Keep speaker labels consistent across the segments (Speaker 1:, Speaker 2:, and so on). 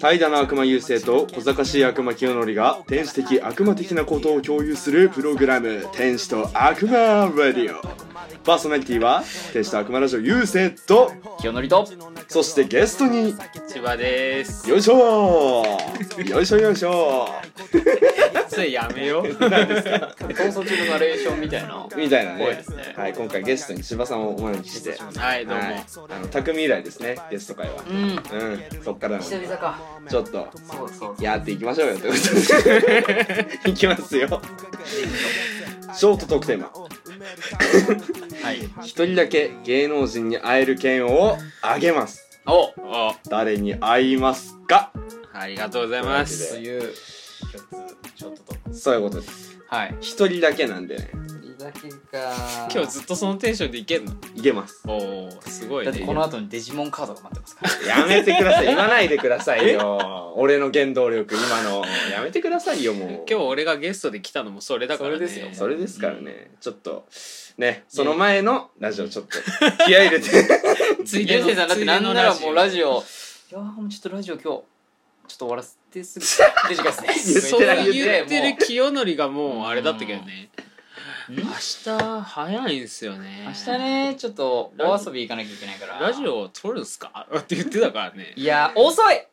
Speaker 1: 怠惰な悪魔優勢と小賢しい悪魔清則が天使的悪魔的なことを共有するプログラム天使と悪魔ラディオパーソナリティは天使と悪魔ラジオ優勢と
Speaker 2: 清則と
Speaker 1: そしてゲストに
Speaker 2: 千葉です
Speaker 1: よいしょーよいしょよいしょ
Speaker 2: それやめよう放送中のナレーションみたいな
Speaker 1: ーみたいなね
Speaker 2: 声ですね
Speaker 1: はい、今回ゲストに柴さんをお招きして
Speaker 2: はいどうも、
Speaker 1: はい、あの匠以来ですねゲスト会は
Speaker 2: うん
Speaker 1: うんそっからなの
Speaker 2: 久
Speaker 1: で
Speaker 2: 々か
Speaker 1: ちょっと
Speaker 2: そうそう
Speaker 1: やっていきましょうよという ことでいきますよショートトークテーマ
Speaker 2: はい
Speaker 1: 一人だけ芸能人に会える券をあげます
Speaker 2: おお
Speaker 1: 誰に会いますか
Speaker 2: ありがとうございます
Speaker 1: と
Speaker 2: いうちょっと
Speaker 1: そういうことです
Speaker 2: はい
Speaker 1: 一人だけなんでね
Speaker 3: だけか
Speaker 2: 今日ずっとそのテンションでいけんの
Speaker 1: いけます
Speaker 2: おおすごい
Speaker 3: だ
Speaker 2: ね
Speaker 3: ってこの後にデジモンカードが待ってますから
Speaker 1: やめてください言わないでくださいよ俺の原動力今のやめてくださいよもう
Speaker 2: 今日俺がゲストで来たのもそれだからね
Speaker 3: それですよ
Speaker 1: それですからね、ちょっとねその前のラジオちょっと気合い入れて
Speaker 2: ついで
Speaker 3: 流
Speaker 2: の
Speaker 3: 星さんだってなんなら
Speaker 2: ついで
Speaker 3: もう
Speaker 2: の
Speaker 3: ラ
Speaker 2: ジ
Speaker 3: ジオいやーもうちょっとラジオ今日ちょっと終わらせて すぐデジカスね
Speaker 2: オ
Speaker 1: 言
Speaker 2: そう
Speaker 1: ってない
Speaker 2: 言って
Speaker 3: も
Speaker 2: る清則がもうあれだったけどね
Speaker 3: うん
Speaker 2: 明日早いんすよね
Speaker 3: う明日ねちょっとお遊び行かなきゃいけないから
Speaker 2: ラジオ撮るんすかって言ってたからね
Speaker 3: いやー遅い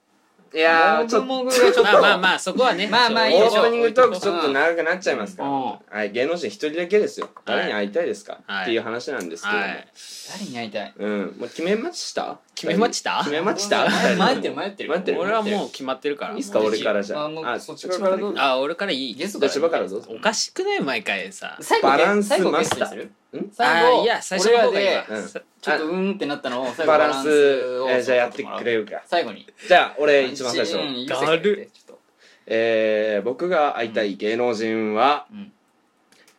Speaker 1: いやー
Speaker 3: も
Speaker 1: ちょ
Speaker 3: ぐ
Speaker 1: っ
Speaker 3: もぐがちょっと
Speaker 2: まあまあまあそこはね
Speaker 3: まあまあいい
Speaker 1: オ
Speaker 3: で
Speaker 1: ー
Speaker 3: しょ
Speaker 1: プ
Speaker 3: う
Speaker 1: ニングトークちょっと長くなっちゃいますから、
Speaker 3: うん
Speaker 1: はい、芸能人一人だけですよ誰に会いたいですか、
Speaker 2: はい
Speaker 1: っていう話なんですけども、
Speaker 2: はい
Speaker 3: 誰に会いたい
Speaker 1: うんもう決めました
Speaker 2: 決めました
Speaker 1: 決めました
Speaker 3: 迷ってる迷ってる
Speaker 1: 迷ってる
Speaker 2: 俺はもう決まってるから
Speaker 1: いいっすか俺からじゃ
Speaker 3: あもう
Speaker 1: あ
Speaker 3: そっちからどうぞ
Speaker 2: あ俺からいい
Speaker 3: ゲスト
Speaker 1: じゃ
Speaker 3: か
Speaker 1: あ柴からどうぞ
Speaker 2: おかしくない毎回さ
Speaker 3: 最後
Speaker 1: バランス
Speaker 3: 最後
Speaker 1: マ
Speaker 3: ゲ
Speaker 1: ス
Speaker 3: ス
Speaker 1: ター
Speaker 3: トにする
Speaker 1: ん
Speaker 3: 最
Speaker 2: あ
Speaker 3: 後
Speaker 2: ーいや最初の方がいいわ
Speaker 3: 俺らで
Speaker 1: うん
Speaker 2: さ
Speaker 3: ちょっとうーんってなったのを最後
Speaker 1: バランス
Speaker 3: を
Speaker 1: えーじゃあやってくれるか
Speaker 3: 最後に
Speaker 1: じゃあ俺一番最初、
Speaker 3: うん
Speaker 2: だる
Speaker 3: ちょっと
Speaker 1: えー、僕が会いたい芸能人は、
Speaker 3: うん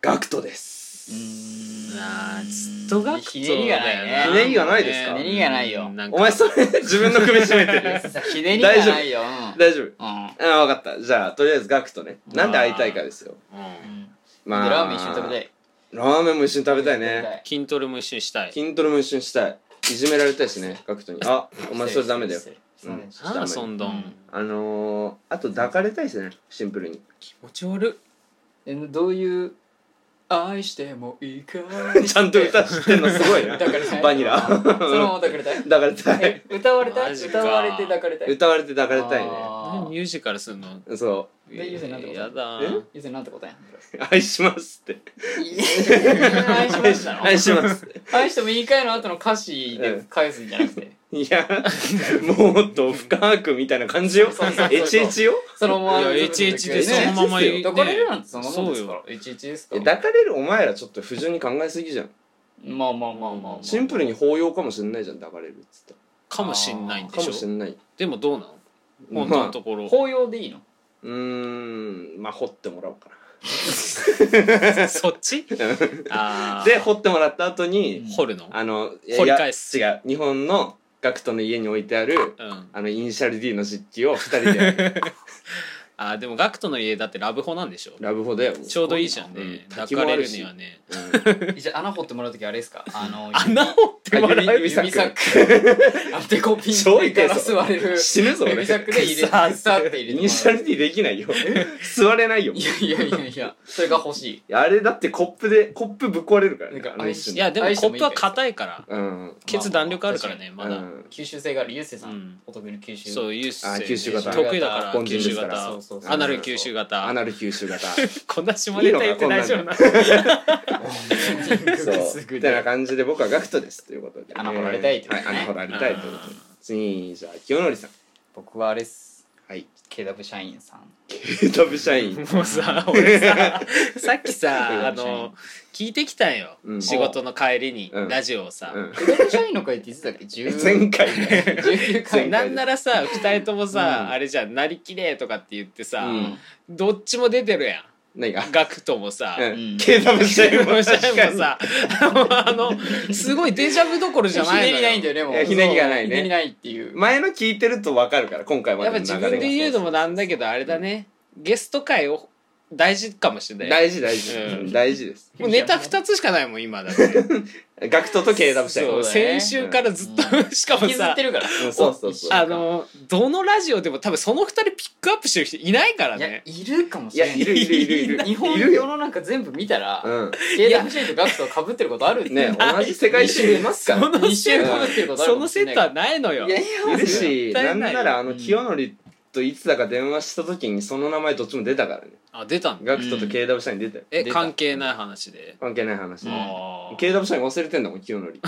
Speaker 1: ガクトです
Speaker 3: うーん
Speaker 2: あーずっとガクト
Speaker 3: ひねりがないね
Speaker 2: だよ
Speaker 1: ひねりがないですか
Speaker 3: ひねりがないよ
Speaker 2: うんんか
Speaker 1: お前それ自分の首絞めて る
Speaker 3: ひねりがないよ
Speaker 1: 大丈夫
Speaker 3: うんうん
Speaker 1: ああ分かったじゃあとりあえずガクトねなんで会いたいかですよ
Speaker 2: うん
Speaker 1: まあ
Speaker 3: でラーメン一緒に食べたい
Speaker 1: ラーメンも一緒に食べたいね
Speaker 2: 筋トレも一緒にしたい
Speaker 1: 筋トレも一緒にしたいいじめられたいしねガク トにあお前それダメだよ
Speaker 3: 失礼失
Speaker 1: う
Speaker 3: 礼
Speaker 1: ん
Speaker 3: 失
Speaker 2: なんだそんど
Speaker 3: うんん
Speaker 1: あのー、あと抱かれたいですねシンプルに
Speaker 2: 気持ち悪
Speaker 3: 礼えどういう愛してもいいか
Speaker 1: ちゃんと歌してんのすごいな
Speaker 3: 抱かれたい
Speaker 1: バニラ
Speaker 3: そのまま
Speaker 1: 抱
Speaker 3: 抱かれたい
Speaker 1: かれたい
Speaker 3: え歌われたい
Speaker 2: マジ
Speaker 3: 歌
Speaker 2: か
Speaker 3: われて抱かれたい
Speaker 1: 歌われて抱かれたいね
Speaker 3: あ
Speaker 2: ミ
Speaker 3: ー
Speaker 2: ュージカルするの
Speaker 1: そ
Speaker 3: でゆうせいなんてこと
Speaker 2: やだ
Speaker 1: え
Speaker 3: ゆうせいなんて答えやん
Speaker 1: う愛しますって
Speaker 3: いや愛しますなの
Speaker 1: 愛します
Speaker 3: 愛してもいいかいの後の歌詞で返すんじゃなくて
Speaker 1: いやもっと深くみたいな感じよ
Speaker 3: そうそうそうそう
Speaker 1: エチエチよ
Speaker 3: そのまま
Speaker 2: いや HH でそのまま
Speaker 1: ね
Speaker 2: 言
Speaker 3: どこれるなんてそのままですから HH です
Speaker 1: い
Speaker 3: か
Speaker 1: や抱かれるお前らちょっと不純に考えすぎじゃん
Speaker 3: まあまあまあまあまあ
Speaker 1: シンプルに抱擁かもしれないじゃん抱かれるっつっ
Speaker 2: かもしんないん
Speaker 1: た
Speaker 2: で
Speaker 1: かも
Speaker 2: し
Speaker 1: し
Speaker 2: ょ
Speaker 1: れない
Speaker 2: でもどうなの本当
Speaker 1: ま
Speaker 2: の
Speaker 1: あ
Speaker 2: ところ
Speaker 3: 抱擁でいいの
Speaker 1: うーんまあ掘ってもらおうか
Speaker 2: そっち
Speaker 1: な
Speaker 2: あー
Speaker 1: で掘ってもらった後
Speaker 3: う
Speaker 1: に
Speaker 3: ん
Speaker 2: 掘るの
Speaker 1: あのいや
Speaker 2: 掘り返す
Speaker 1: いや違う日本のガクトの家に置いてある
Speaker 2: うん
Speaker 1: あのイニシャル D の実機を2人でやる
Speaker 2: あーでもガクトの家だってラブホなんでしょ
Speaker 1: ラブホだよ
Speaker 2: ちょうどいいじゃんね
Speaker 1: うん
Speaker 2: 抱
Speaker 1: 滝も
Speaker 2: か
Speaker 1: あ
Speaker 2: れ
Speaker 1: る
Speaker 2: る
Speaker 1: し
Speaker 2: にはね
Speaker 3: じゃあ穴掘ってもらう時あれですかあ の
Speaker 2: 穴掘ってもら
Speaker 1: あ
Speaker 2: う
Speaker 1: 指サック
Speaker 3: あデコピン
Speaker 1: 超痛いぞ
Speaker 3: 座れる
Speaker 1: 死ぬぞ俺
Speaker 3: 指サックで入れて
Speaker 2: さあ
Speaker 3: さって入れ
Speaker 1: イ
Speaker 3: て
Speaker 1: ニシャル D できないよ座れないよ
Speaker 3: いやいやいやいやそれが欲しい
Speaker 1: あれだってコップでコップぶっ壊れるから
Speaker 3: な
Speaker 1: ね
Speaker 3: んか
Speaker 1: あの一瞬
Speaker 2: い
Speaker 1: で
Speaker 2: やでもコ
Speaker 3: 愛して
Speaker 2: ッ
Speaker 3: もいい
Speaker 2: プは硬いから
Speaker 1: うん
Speaker 2: ケツ弾力あるからね
Speaker 1: う
Speaker 2: まだ
Speaker 1: ん
Speaker 3: 吸収性があるゆうせいさ
Speaker 2: うんん
Speaker 3: お得意の吸収
Speaker 2: そうユース
Speaker 1: あー吸収型
Speaker 2: 得意だから
Speaker 1: 凡人
Speaker 2: 吸
Speaker 1: です
Speaker 2: 収
Speaker 1: から
Speaker 2: 型
Speaker 3: そうそうそう
Speaker 2: アナル吸収
Speaker 1: ア
Speaker 2: 型
Speaker 1: ナル吸収型
Speaker 2: こんな下ネタ言って大丈夫なの
Speaker 1: そうみたいな感じで僕はガクトですということで
Speaker 3: 穴掘られたいってことね
Speaker 1: はい穴掘られたいということで次じゃあ清則さん
Speaker 3: 僕はあれっす
Speaker 1: はい
Speaker 3: KW 社員さん
Speaker 1: ダブ社員
Speaker 2: もうさ俺さ さっきさあ
Speaker 3: うん
Speaker 2: の聞いてきたんよ
Speaker 1: うん
Speaker 2: 仕事の帰りに
Speaker 1: うん
Speaker 2: ラジオをさ
Speaker 1: うん
Speaker 3: KW 社員の会っていつだっけ
Speaker 1: 前
Speaker 3: 10…
Speaker 1: 回前
Speaker 3: 19回
Speaker 1: 回
Speaker 2: なんならさ二人とも
Speaker 1: うん
Speaker 2: さあれじゃんなりきれとかって言ってさ
Speaker 1: うん
Speaker 2: どっちも出てるや
Speaker 1: 何が
Speaker 2: んガクトもさ
Speaker 1: うん
Speaker 3: ん
Speaker 1: KW 社員も
Speaker 2: も
Speaker 1: 確かに
Speaker 2: さあのすごいデジャブどころじゃないの
Speaker 3: ひねりないんだよねも
Speaker 1: いうやひねりがないね
Speaker 3: ひねりないっていう
Speaker 1: 前の聞いてると分かるから今回ま
Speaker 2: や
Speaker 1: で
Speaker 2: っ
Speaker 1: の
Speaker 2: ぱ
Speaker 1: 流れ
Speaker 2: 自
Speaker 1: が
Speaker 2: 分で言うのもなんだけどあれだね、ゲスト会を大事かもしれない。
Speaker 1: 大事大事、
Speaker 2: うん
Speaker 1: 大事です
Speaker 2: もうネタ二つしかないもん、今だって。
Speaker 1: 学徒と経団したい
Speaker 2: そうう、
Speaker 3: だね
Speaker 2: 先週からずっと、しかも
Speaker 3: 引きずっ
Speaker 2: さ
Speaker 3: て、るから
Speaker 1: うんそうそうそう
Speaker 2: あの、どのラジオでも多分その二人ピックアップしてる人いないから
Speaker 3: いや
Speaker 2: ね。
Speaker 3: いるかも
Speaker 1: い
Speaker 3: しれな
Speaker 1: や
Speaker 3: い
Speaker 1: いるいるいるいる
Speaker 3: 日本
Speaker 1: いるよ、
Speaker 3: 世の中全部見たら
Speaker 1: うん、
Speaker 3: 経団社員とガクトかぶってることあるんだ
Speaker 1: ね
Speaker 3: よ
Speaker 1: 同じ世界中にいますから
Speaker 2: その
Speaker 3: 一
Speaker 2: セ
Speaker 3: 週
Speaker 2: ッ
Speaker 3: かぶってることあ
Speaker 2: そ
Speaker 3: るかも
Speaker 2: の
Speaker 3: し
Speaker 2: セット
Speaker 3: れないか
Speaker 2: は
Speaker 3: ら
Speaker 2: ないのよ。
Speaker 3: いやい
Speaker 1: い
Speaker 3: や
Speaker 1: るし
Speaker 2: 絶
Speaker 1: な
Speaker 2: 対
Speaker 1: ん
Speaker 2: ない
Speaker 1: ならあの清則といつだか電話した時にその名前どっちも出たからね
Speaker 2: あ、出たんだ。
Speaker 1: 学徒と経団社に出たよ
Speaker 2: え、
Speaker 3: 出た
Speaker 2: 関係ない話で。
Speaker 1: 関係ない話
Speaker 3: うん
Speaker 2: あー
Speaker 1: 経団社に忘れてんだもん清 則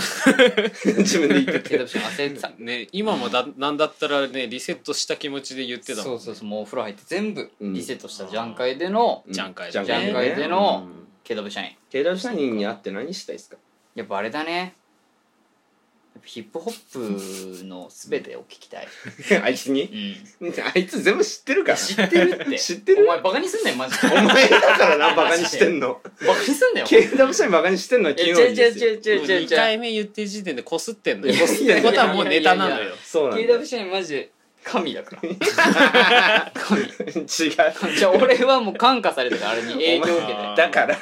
Speaker 1: 自分で言って
Speaker 3: 経
Speaker 1: て
Speaker 3: 団社員焦ってた
Speaker 2: ね、今もだ、なんだったらね、リセットした気持ちで言ってたもん
Speaker 3: そ
Speaker 2: ね。
Speaker 3: うそうそうもうお風呂入って全部
Speaker 1: うん
Speaker 3: リセットしたジャン会での
Speaker 1: うん
Speaker 2: ジャン会
Speaker 1: ジャン
Speaker 3: ジャ
Speaker 1: 会
Speaker 3: ン会
Speaker 1: で
Speaker 3: で
Speaker 1: の
Speaker 3: の経団社員
Speaker 1: 経団社員に会って何したい ですか
Speaker 3: やっぱあれだねやっぱヒップホップのすべてを聞き たい、
Speaker 1: あいつに
Speaker 3: うん、
Speaker 1: あいつ全部知ってるから
Speaker 3: 知ってるって
Speaker 1: 知ってる
Speaker 3: お前バカにすんなよマジで
Speaker 1: お前だからなバカにしてんの
Speaker 3: バカにすんなよ
Speaker 1: 経団社員バカにしてんのは清則
Speaker 3: 違う
Speaker 1: ですよ
Speaker 3: 違う違う違う違う
Speaker 2: 2回目言ってる時点でこすってんのよ。
Speaker 1: いや
Speaker 2: こすってことはもうネタなの
Speaker 3: いやいやい
Speaker 2: よ。
Speaker 1: そうなんだよ
Speaker 3: KW 社員マジで神だから
Speaker 1: 違う
Speaker 3: じゃあ俺はもう感化されたからあれに影響を受けて
Speaker 2: お
Speaker 1: だから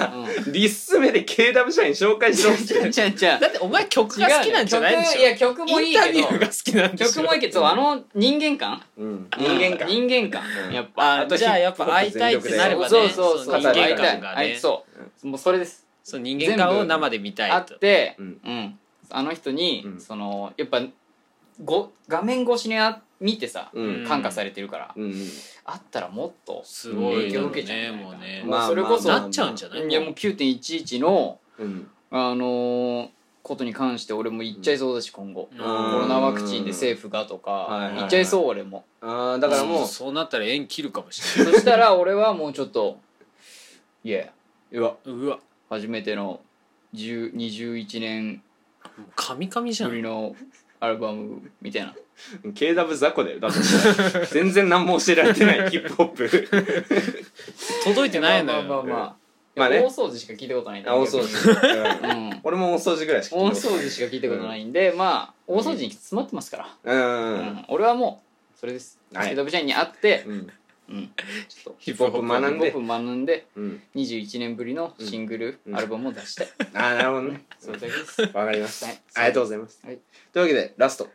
Speaker 1: リス目で KW 社員紹介しろって
Speaker 3: うんじゃあじゃあ
Speaker 2: だってお前曲が好きなんじゃないんでし
Speaker 3: 違
Speaker 2: ょ
Speaker 3: ういや曲もいい
Speaker 2: インタ
Speaker 3: け
Speaker 2: ビューが
Speaker 3: ど
Speaker 2: 好きなんでしょ
Speaker 3: 曲もいいけどあの人間感
Speaker 1: うん人間感
Speaker 3: 人間感
Speaker 1: うん
Speaker 3: やっぱ
Speaker 2: あじゃあやっぱ会いたいってなればね
Speaker 3: そうそうそう
Speaker 2: の人
Speaker 1: 肩
Speaker 2: 間
Speaker 1: が
Speaker 2: 感が
Speaker 3: あい
Speaker 2: ね
Speaker 3: つそうもうそれです
Speaker 2: そう人間感を生で見た
Speaker 3: あ
Speaker 2: い
Speaker 3: っ
Speaker 2: と
Speaker 3: て
Speaker 1: うん
Speaker 3: うんあの人に
Speaker 1: うん
Speaker 3: そのやっぱご画面越しにあ見てさ
Speaker 1: うん
Speaker 3: 感化されてるから
Speaker 1: うん
Speaker 3: あったらもっと
Speaker 2: すごい
Speaker 3: 影響
Speaker 2: よ
Speaker 3: 受けちゃ
Speaker 2: ね
Speaker 3: うんじ
Speaker 2: も
Speaker 3: ゃ
Speaker 2: う
Speaker 3: ない
Speaker 2: ね
Speaker 3: かな
Speaker 1: まあ
Speaker 3: もうそれこそ
Speaker 1: まあ
Speaker 2: なっちゃうんじゃない
Speaker 3: いやもう9.11の
Speaker 1: うん
Speaker 3: あのーことに関して俺も言っちゃいそうだし今後
Speaker 2: うん
Speaker 3: コロナワクチンで政府がと
Speaker 1: はいはい
Speaker 3: か
Speaker 1: はい
Speaker 3: 言っちゃいそう俺も
Speaker 1: ああだからも
Speaker 2: そうそうなったら縁切るかもし
Speaker 3: そしたら俺はもうちょっといや
Speaker 1: うわ
Speaker 2: れないうわ
Speaker 3: 初めての10 21年
Speaker 2: カミカミじゃ
Speaker 3: ぶり
Speaker 2: ん
Speaker 3: のアルバムみたいな
Speaker 1: KW 雑魚だよだって全然何も教えられてないヒップホップ
Speaker 2: 届いてないの
Speaker 3: まあ
Speaker 2: よ
Speaker 3: まあまあ
Speaker 1: まあ
Speaker 3: いや
Speaker 1: ね
Speaker 3: 大掃除しか聞いたことないんだ
Speaker 1: あ大掃除
Speaker 3: う
Speaker 1: うん
Speaker 3: ん
Speaker 1: 俺も大掃除ぐらいしか
Speaker 3: 大
Speaker 1: 聞いたこ
Speaker 3: 掃除しか聞いたことないんで、まあ大掃除に詰まってますから、
Speaker 1: とな
Speaker 3: う
Speaker 1: いうん
Speaker 3: ん、俺はもうそれです
Speaker 1: はい
Speaker 3: ケダブ社員に会って、
Speaker 1: うん
Speaker 3: うん、ちょ っと
Speaker 1: ヒップホップ学んで
Speaker 3: 僕学んで
Speaker 1: うん
Speaker 3: 21年ぶりのシングル、
Speaker 1: うん
Speaker 3: アルバムを出 したい、
Speaker 1: あーなるほどね
Speaker 3: それだけです
Speaker 1: わかりました
Speaker 3: はい
Speaker 1: ありがとうございます
Speaker 3: はい
Speaker 1: というわけでラスト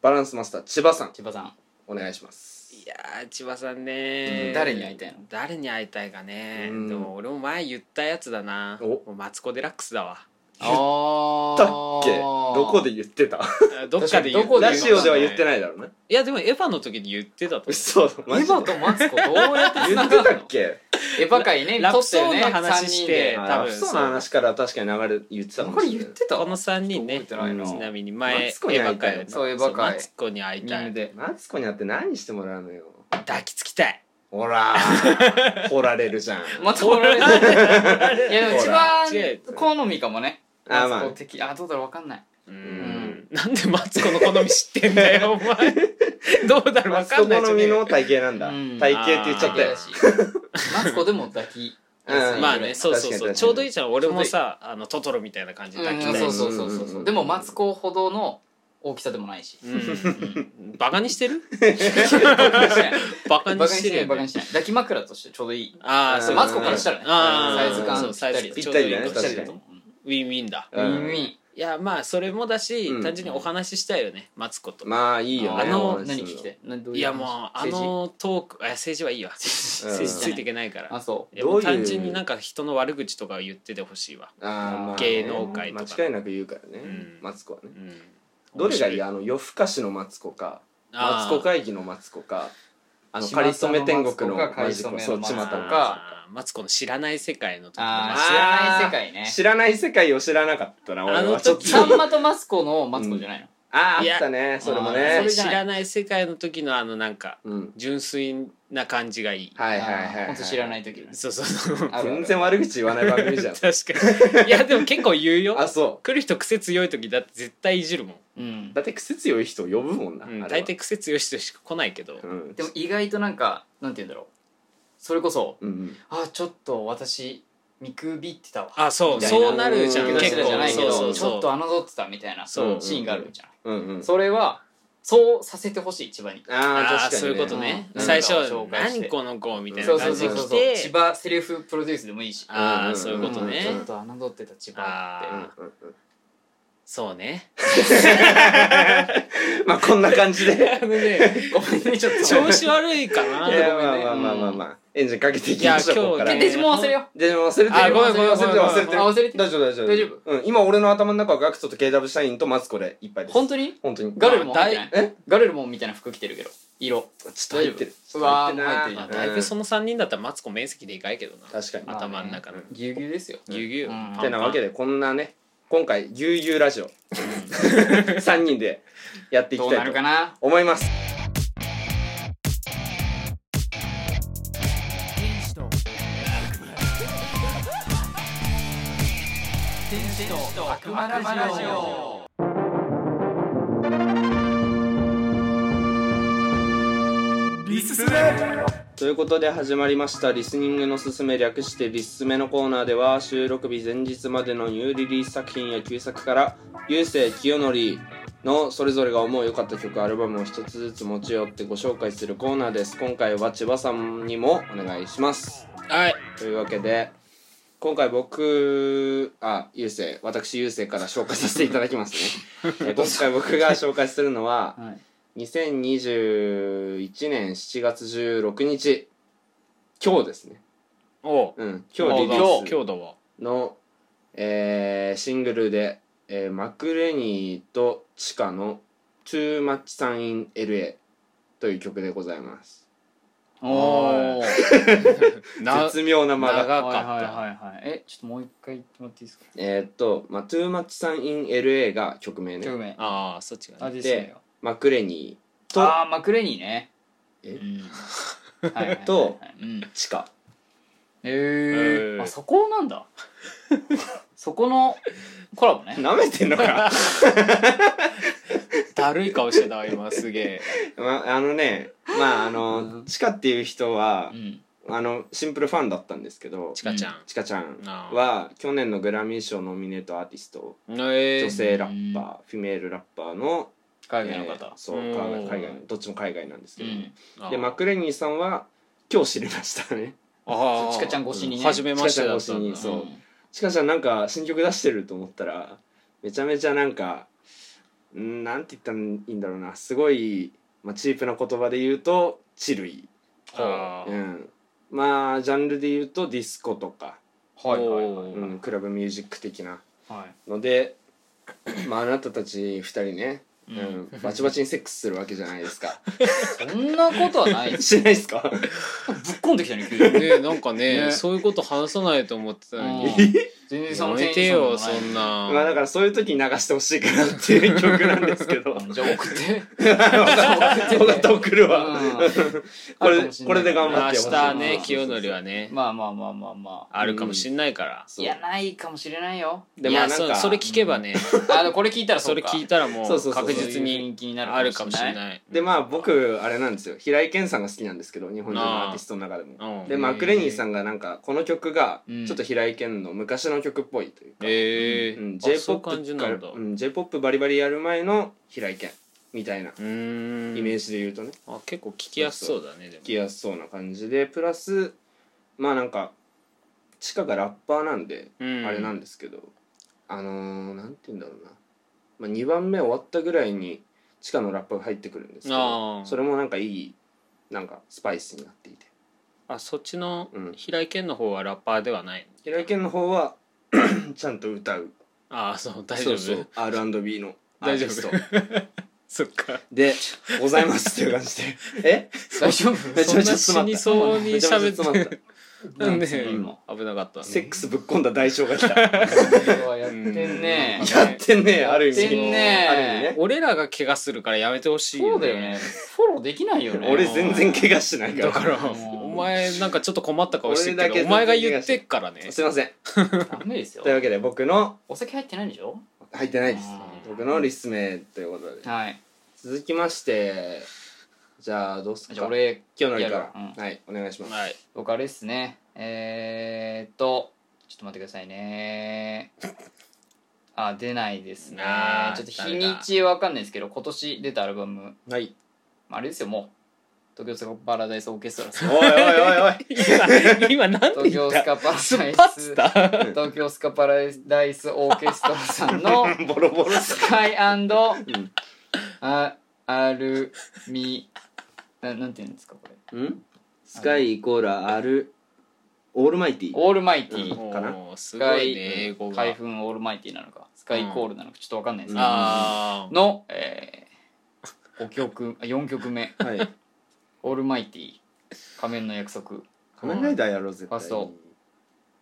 Speaker 1: バランスマスター千葉さん
Speaker 3: 千葉さん
Speaker 1: お願いします
Speaker 2: いやー千葉さんね
Speaker 3: 誰に会いたいの
Speaker 2: 誰に会いたいかね
Speaker 1: うん
Speaker 2: でも俺も前言ったやつだな
Speaker 1: お
Speaker 2: もうマツコ・デラックスだわ
Speaker 3: あー
Speaker 1: だっけどこで言ってた
Speaker 2: あどっかで言っ
Speaker 3: 確かにどこで
Speaker 1: ラジオでは言って
Speaker 2: い
Speaker 1: ないだろうね
Speaker 2: いやでもエヴァの時に言ってたと思う
Speaker 1: 嘘マ
Speaker 3: エヴ
Speaker 1: ジで
Speaker 3: ァとマツコどうやって
Speaker 1: 言
Speaker 3: 繋
Speaker 1: っ
Speaker 3: が
Speaker 1: て
Speaker 3: るの
Speaker 1: たっけ
Speaker 3: エヴァ界ね
Speaker 2: ラプ
Speaker 3: 撮って
Speaker 2: ソー
Speaker 3: る
Speaker 2: ド
Speaker 3: ね
Speaker 2: の話して
Speaker 1: あー
Speaker 2: 多分
Speaker 1: そうな話から確かに流れ言ってたかも
Speaker 3: これ
Speaker 1: しれ
Speaker 3: 言っ
Speaker 1: ない
Speaker 3: てた
Speaker 2: この3人ね
Speaker 3: ちょっと覚えてないな
Speaker 2: ちなみに前
Speaker 1: マ
Speaker 2: エ
Speaker 1: ツコに
Speaker 2: ヴ
Speaker 1: 会い
Speaker 2: ァ
Speaker 1: たい
Speaker 2: 界の
Speaker 3: そうエヴァ界
Speaker 2: マツコに会い
Speaker 3: ミ
Speaker 2: た
Speaker 3: ム
Speaker 2: い
Speaker 3: で
Speaker 1: マツコに会って何してもらうのよ
Speaker 2: 抱きつきたい
Speaker 1: ほ ら掘られるじゃん
Speaker 3: また怒られるいやでも千
Speaker 2: 違う
Speaker 3: 葉好みかもね
Speaker 1: あー
Speaker 3: マ
Speaker 1: ま
Speaker 3: ツ
Speaker 1: あ
Speaker 3: コ的あどうだろうわかんない
Speaker 2: うんなんでマツコの好み知ってんだよお前どうだろう
Speaker 1: マ
Speaker 2: わ
Speaker 1: ツ
Speaker 2: か
Speaker 1: コ
Speaker 2: んない
Speaker 1: 好
Speaker 2: よ
Speaker 1: み
Speaker 2: ね
Speaker 1: の体型なんだ
Speaker 3: うん
Speaker 1: 体型って言っちゃったよ
Speaker 2: あ
Speaker 3: だしマツコでも抱き
Speaker 1: うん
Speaker 2: まあねそうそう
Speaker 1: 確か
Speaker 2: そう
Speaker 1: に
Speaker 2: ちょうどいいじゃん俺もさあのトトロみたいな感じで抱きた
Speaker 3: うん
Speaker 2: い
Speaker 3: そう
Speaker 2: し
Speaker 3: そうそうそ
Speaker 1: うん
Speaker 3: う
Speaker 1: うんう
Speaker 3: そ
Speaker 1: ん
Speaker 3: うでもマツコほどの大きさでもないし
Speaker 2: うんバカにしてるバカ
Speaker 3: バ
Speaker 2: に
Speaker 3: カに
Speaker 2: し
Speaker 3: し
Speaker 2: て
Speaker 3: て
Speaker 2: る
Speaker 3: な
Speaker 2: よ
Speaker 3: いバカ
Speaker 2: ね
Speaker 3: にしてない抱き枕としてちょうどいい
Speaker 2: ああそう
Speaker 3: マツコからしたらね
Speaker 2: あ
Speaker 3: サ
Speaker 2: ー
Speaker 3: イズ感
Speaker 2: そう
Speaker 3: ぴ
Speaker 1: ぴっ
Speaker 3: ったた
Speaker 1: り
Speaker 3: り
Speaker 1: だね
Speaker 3: ぴったりだ
Speaker 1: 確か
Speaker 3: と思う
Speaker 2: ウィンウィンだ
Speaker 3: ウィンウィン
Speaker 2: いやまあそれもだし
Speaker 1: うん
Speaker 2: 単純にお話ししたいよねマツコと
Speaker 1: まあいいよね
Speaker 2: あの
Speaker 1: お話しす
Speaker 3: 何
Speaker 1: る
Speaker 3: 聞きたい何どう
Speaker 2: い
Speaker 3: いう
Speaker 2: や
Speaker 3: 話
Speaker 2: もうあ
Speaker 3: 政治
Speaker 2: のトークあ政治はい いわ政治ついていけないから
Speaker 3: あそ
Speaker 2: いやも
Speaker 1: どう
Speaker 2: う
Speaker 1: いう
Speaker 2: 単純になんか人の悪口とかを言っててほしいわ
Speaker 1: あーまあね
Speaker 2: 芸能界とか
Speaker 1: 間違いなく言うからね
Speaker 2: うん
Speaker 1: マツコはね
Speaker 2: うん
Speaker 1: どれがいい
Speaker 2: 面白
Speaker 1: あの夜更かしのマツコかマ
Speaker 2: あ
Speaker 1: ツ
Speaker 2: ー
Speaker 1: コ会議のマツコかあの
Speaker 3: 巷
Speaker 1: か
Speaker 3: の
Speaker 1: りそめ天国の
Speaker 3: マツコか
Speaker 1: マジ
Speaker 3: か
Speaker 1: コ
Speaker 3: り
Speaker 1: そ
Speaker 3: そうめのマ
Speaker 1: ち
Speaker 3: ツコ
Speaker 1: ま
Speaker 3: か
Speaker 1: た
Speaker 3: 巷
Speaker 1: の
Speaker 3: か
Speaker 2: あーマツコの知らない世界のとこ
Speaker 1: ー
Speaker 3: あー知らない世界ね
Speaker 1: 知らない世界を知らなかったな俺は
Speaker 2: あの
Speaker 1: ちょっと
Speaker 2: 時
Speaker 3: さんまとマツコのマツコじゃないの
Speaker 1: あ
Speaker 2: い
Speaker 1: ー
Speaker 2: や
Speaker 1: あったねそれも
Speaker 3: あー
Speaker 1: ね
Speaker 3: それじゃ
Speaker 2: 知
Speaker 3: ない
Speaker 2: らない世界の時のあのなんか
Speaker 1: うん
Speaker 2: 純粋な感じがいい
Speaker 1: はいはいはいは
Speaker 3: 本当知らないい時
Speaker 2: そうそうそう
Speaker 3: あるある
Speaker 1: 全然悪口言わない番組じゃん
Speaker 2: 確かにいやでも結構言うよ
Speaker 1: あそ
Speaker 2: 来る人癖強い時だって絶対いじるもん、
Speaker 3: うん
Speaker 1: うだって癖強い人呼ぶもんな
Speaker 2: うん
Speaker 1: あれは
Speaker 2: 大体癖強い人しか来ないけど
Speaker 1: うん
Speaker 3: でも意外となんかなんて言うんだろうそれこそ
Speaker 1: うん
Speaker 3: あちょっと私見くびってたわ
Speaker 2: あそう
Speaker 3: みたいな
Speaker 2: そうなるじゃん
Speaker 1: うん
Speaker 2: 結
Speaker 3: 結
Speaker 2: 構
Speaker 3: 構じゃないけ
Speaker 2: そうそ
Speaker 3: ど
Speaker 2: う
Speaker 3: ちょ
Speaker 2: そ
Speaker 3: っ
Speaker 2: う
Speaker 3: と侮ってたみたいなシ
Speaker 2: そう
Speaker 3: ーンがあるじゃん
Speaker 1: うんうん
Speaker 3: それはそうさせてほしい千葉に
Speaker 2: あ
Speaker 1: あ
Speaker 2: あ
Speaker 1: ー確かに、
Speaker 2: そういうことね
Speaker 3: うん
Speaker 2: 最初
Speaker 3: なんかを紹介して
Speaker 2: 何この子みたいな
Speaker 3: そうそ
Speaker 2: 感
Speaker 3: う
Speaker 2: じで
Speaker 3: そうそ
Speaker 2: 来
Speaker 3: う千
Speaker 2: て
Speaker 3: 葉セルフプロデュースでもいいし
Speaker 2: ああ
Speaker 1: うん
Speaker 2: そういうことね
Speaker 3: ちょっと侮ってた千葉っ
Speaker 2: ああ
Speaker 1: うんうん
Speaker 2: そうね
Speaker 1: うんまあこんな感じ で
Speaker 2: あのね
Speaker 3: てごめんねちょっと
Speaker 2: 調子悪いか
Speaker 1: いや
Speaker 2: な
Speaker 1: まあまあまあまあまあ、エンジンかけていき
Speaker 2: いや
Speaker 1: ましょう
Speaker 2: 今日
Speaker 1: ここから
Speaker 3: でデジモン忘れよ
Speaker 1: ででも忘れてる
Speaker 2: あごめんごめ
Speaker 1: 忘
Speaker 2: ん
Speaker 1: れてる
Speaker 2: ごめん
Speaker 1: 忘れてる
Speaker 3: あ忘れてる
Speaker 1: 大丈夫大丈夫
Speaker 3: 大丈夫
Speaker 1: うん、今俺の頭の中はガクトと KW 社員とマツコでいっぱいです
Speaker 3: 本当に
Speaker 1: 本当に
Speaker 3: ガルルモンみたい
Speaker 2: ま
Speaker 3: な
Speaker 2: あ
Speaker 1: だいえ
Speaker 3: ガルルモンみたいな服着てるけど色
Speaker 1: ちょっと入ってる
Speaker 3: うわー
Speaker 1: ちょ
Speaker 3: も
Speaker 1: っ
Speaker 3: う
Speaker 1: と
Speaker 3: 入って
Speaker 1: る
Speaker 3: る
Speaker 1: な
Speaker 3: な
Speaker 2: だいぶその3人だったらマツコ面積でかいけどな
Speaker 1: 確かに
Speaker 3: まあ
Speaker 2: 頭の中の
Speaker 3: ぎゅうぎゅうですよ
Speaker 2: ぎゅうぎゅう
Speaker 3: うん
Speaker 1: てなわけでこんなね今回「ゆうゆうラジオ」3人でやってい
Speaker 3: ど
Speaker 1: き
Speaker 3: うな
Speaker 1: たい
Speaker 3: る
Speaker 1: と
Speaker 3: かな
Speaker 1: 思いますということで始まりました「リスニングのすすめ」略して「リスめ」のコーナーでは収録日前日までのニューリリース作品や旧作から郵政清則のそれぞれが思う良かった曲アルバムを一つずつ持ち寄ってご紹介するコーナーです今回は千葉さんにもお願いします
Speaker 2: はい
Speaker 1: というわけで今回僕あ郵政私郵政から紹介させていただきます ねえ今回僕が紹介するのは
Speaker 3: はい
Speaker 1: 2021年7月16日今日ですね、
Speaker 2: おう
Speaker 1: うん、今
Speaker 2: 今
Speaker 1: 日
Speaker 2: 日
Speaker 1: リリー
Speaker 2: 強度は
Speaker 1: スの、えーシングルで、えーマクレニーとチカの「Too Much Sun in LA」という曲でございます
Speaker 3: おお
Speaker 2: な
Speaker 1: 絶妙な間
Speaker 2: 長
Speaker 1: が
Speaker 2: か
Speaker 3: はいはい
Speaker 2: っ
Speaker 3: はいはいえちょっともう一回言ってもらっていいですか
Speaker 1: えーっと「まあ、Too Much Sun in LA」が曲名ね
Speaker 3: 曲名
Speaker 2: たああそっちが
Speaker 3: あ
Speaker 2: ね
Speaker 3: ですね
Speaker 1: マクレニーと
Speaker 3: あーマクレニーね
Speaker 1: え
Speaker 3: うんはいはいはいはい
Speaker 1: と
Speaker 3: うん
Speaker 1: チカ
Speaker 3: え
Speaker 2: え
Speaker 3: ー
Speaker 2: ー
Speaker 3: あそこなんだそこのコラボね
Speaker 1: なめてんの か
Speaker 2: だるい顔してたわ今すげえ
Speaker 1: まあのねまああ
Speaker 3: う
Speaker 1: の
Speaker 3: ん
Speaker 1: チカっていう人は
Speaker 3: うん
Speaker 1: あのシンプルファンだったんですけど
Speaker 2: ちかちゃん
Speaker 1: ちかちゃん
Speaker 2: あー
Speaker 1: は去年のグラミー賞ノミネートアーティスト
Speaker 2: え
Speaker 1: 女
Speaker 2: ー
Speaker 1: 性ラッパーフィメールラッパーの
Speaker 3: 海外の
Speaker 1: えー
Speaker 3: 方
Speaker 1: そう
Speaker 2: うん
Speaker 1: 海外海外どっちも海外なんですけ
Speaker 3: う
Speaker 1: ど、
Speaker 3: ん
Speaker 2: あー
Speaker 1: でマクレニーさんは今日知りましたね
Speaker 2: ああ
Speaker 3: ちかちゃん越しにね
Speaker 2: 初めましてだったんだ
Speaker 1: ちかちゃん越しにそうちかちゃんなんか新曲出してると思ったらめちゃめちゃなんかんなんて言ったらいいんだろうなすごい、まあ、チープな言葉で言うとチルイ、
Speaker 2: あ
Speaker 1: う
Speaker 2: ー
Speaker 1: ん、まあジャンルで言うとディスコとか、
Speaker 3: はいはいは
Speaker 2: お
Speaker 3: い
Speaker 2: ー
Speaker 1: うん、クラブミュージック的な
Speaker 3: はい
Speaker 1: ので、 まあ、あなたたち2人ね、
Speaker 3: う
Speaker 1: うんんバチバチにセックスするわけじゃないですか
Speaker 3: そんなことはないぶっ
Speaker 1: しないですか
Speaker 3: こんできたね急に
Speaker 2: ねなんかね
Speaker 3: ね
Speaker 2: そういうこと話さないと思ってたのに
Speaker 3: うん全然そ
Speaker 2: や
Speaker 3: の
Speaker 2: め
Speaker 3: テ
Speaker 2: てよ
Speaker 3: ンシ
Speaker 2: そ
Speaker 3: ョン
Speaker 2: ん
Speaker 3: でもい
Speaker 2: な
Speaker 1: まあだからそういう時に流してほしいかなっていう曲なんですけど
Speaker 3: うんじゃあ送って
Speaker 1: 分かった送るわ、
Speaker 3: うん
Speaker 1: こ
Speaker 3: あ
Speaker 1: れ
Speaker 3: る
Speaker 1: で
Speaker 3: かもしん
Speaker 1: こ
Speaker 3: ない
Speaker 1: れで頑張って
Speaker 2: 明日
Speaker 3: そうそう
Speaker 2: ね
Speaker 3: そう
Speaker 2: 清則はね
Speaker 3: まあまあまあまあまあ
Speaker 2: あるかもしんないから
Speaker 1: そ
Speaker 3: いうやないかもしれないよ
Speaker 1: で
Speaker 2: い
Speaker 1: まあ
Speaker 2: や
Speaker 1: なん
Speaker 2: そ
Speaker 1: か
Speaker 2: それ聞けばね
Speaker 3: あのこれ聞いたら
Speaker 2: それ聞いたらも
Speaker 1: そうそう
Speaker 2: う
Speaker 1: そう
Speaker 2: 確実に
Speaker 3: 人気にな
Speaker 2: あるかもしれ
Speaker 3: い
Speaker 2: ない
Speaker 1: でまあ僕あれなんですよ平井堅さんが好きなんですけど日本人のアーティストの中でも
Speaker 2: ああ
Speaker 1: で
Speaker 2: うん
Speaker 1: マクレニーさんがなんかこの曲が
Speaker 3: うん
Speaker 1: ちょっと平井堅の昔の曲っぽいというか、
Speaker 2: ええ
Speaker 1: うん、
Speaker 2: あそういう
Speaker 1: J−POP
Speaker 2: 感じなんだ
Speaker 1: か
Speaker 2: う
Speaker 1: らうん、J−POP バリバリやる前の平井堅みたいな
Speaker 2: ーん
Speaker 1: イメージで言うとね
Speaker 2: あ結構聞きやすそうだねでも
Speaker 1: 聞きやすそうな感じでプラスまあなんかチカがラッパーなんで、
Speaker 2: うん
Speaker 1: あれなんですけどあのー、なんて言うんだろうな、まあ、2番目終わったぐらいにチカのラッパーが入ってくるんですけ
Speaker 2: あ
Speaker 1: ど
Speaker 2: ー
Speaker 1: それもなんかいいなんかスパイスになっていて
Speaker 2: あそっちの
Speaker 1: うん
Speaker 2: 平井堅の方はラッパーではない
Speaker 1: 平井堅の方は ちゃんと歌う
Speaker 2: ああそう大丈
Speaker 1: そうそ
Speaker 2: 夫
Speaker 1: う R&B のアーティスト
Speaker 2: 大そっか
Speaker 1: でございますっていう感じ でえ
Speaker 3: 大丈 夫
Speaker 1: めちゃめちゃ
Speaker 2: そ
Speaker 1: 詰
Speaker 2: んな
Speaker 1: まっ
Speaker 2: 死に
Speaker 1: た
Speaker 2: そうに
Speaker 1: めちゃめ
Speaker 2: 喋
Speaker 1: ちゃ詰ま
Speaker 2: っ
Speaker 1: ってた
Speaker 2: なんで
Speaker 3: 今
Speaker 2: 危なかったね
Speaker 1: セックスぶっ込んだ代償が来 たや
Speaker 3: はやってんね
Speaker 2: うん
Speaker 1: ってんねある意味
Speaker 3: やってんね
Speaker 1: ある意味ね
Speaker 2: 俺らが怪我するからやめてほしい
Speaker 3: そうだよねフォローできないよね
Speaker 1: 俺全然怪我してないか
Speaker 2: だ
Speaker 1: ら
Speaker 2: から
Speaker 3: うん
Speaker 2: お前なんかちょっと困った顔してるけ
Speaker 1: 俺だけ
Speaker 2: どお前が言ってっからね
Speaker 1: すいません
Speaker 3: ダメですよ
Speaker 1: というわけで僕の
Speaker 3: お酒入ってないでしょ
Speaker 1: 入ってないです
Speaker 3: うん
Speaker 1: 僕のリス名ということで
Speaker 3: はい
Speaker 1: 続きましてじゃあどうすっ
Speaker 3: じゃあ
Speaker 1: か
Speaker 3: 俺
Speaker 1: 今日のり
Speaker 3: やる
Speaker 1: か
Speaker 3: わうん
Speaker 1: らはいお願いします
Speaker 2: はい
Speaker 3: 僕あれっすねえーっとちょっと待ってくださいねあ出ないですね
Speaker 2: あー
Speaker 3: ちょっと日にちわかんないですけど今年出たアルバム
Speaker 1: はい
Speaker 3: まああれですよもう東京スカパラダイスオーケストラ
Speaker 4: おいおいおいおい
Speaker 2: 今なんで言
Speaker 3: 東京
Speaker 2: っ
Speaker 3: ス
Speaker 2: た
Speaker 3: カパラ
Speaker 2: ス
Speaker 3: ダイ
Speaker 2: パっつ
Speaker 3: ス
Speaker 2: った
Speaker 3: 東京スカパラダイスオーケストラさんの
Speaker 4: ボロボロ
Speaker 3: スカイアンドあアルミななん ていうんですかこれ
Speaker 1: んスカイイコール R オールマイティ
Speaker 3: オールマイティ、
Speaker 1: うんかな
Speaker 2: おーす
Speaker 3: ス
Speaker 2: ご
Speaker 3: カ
Speaker 2: い
Speaker 3: イ
Speaker 2: ね英語が
Speaker 3: 開封オールマイティなのかスカイコールなのかちょっとわかんないですけど、
Speaker 2: あー
Speaker 3: の、えー、5曲あ4曲目
Speaker 1: はい
Speaker 3: 「オールマイティ仮面の約束
Speaker 4: 仮面ライダーやろう絶対
Speaker 3: ファースト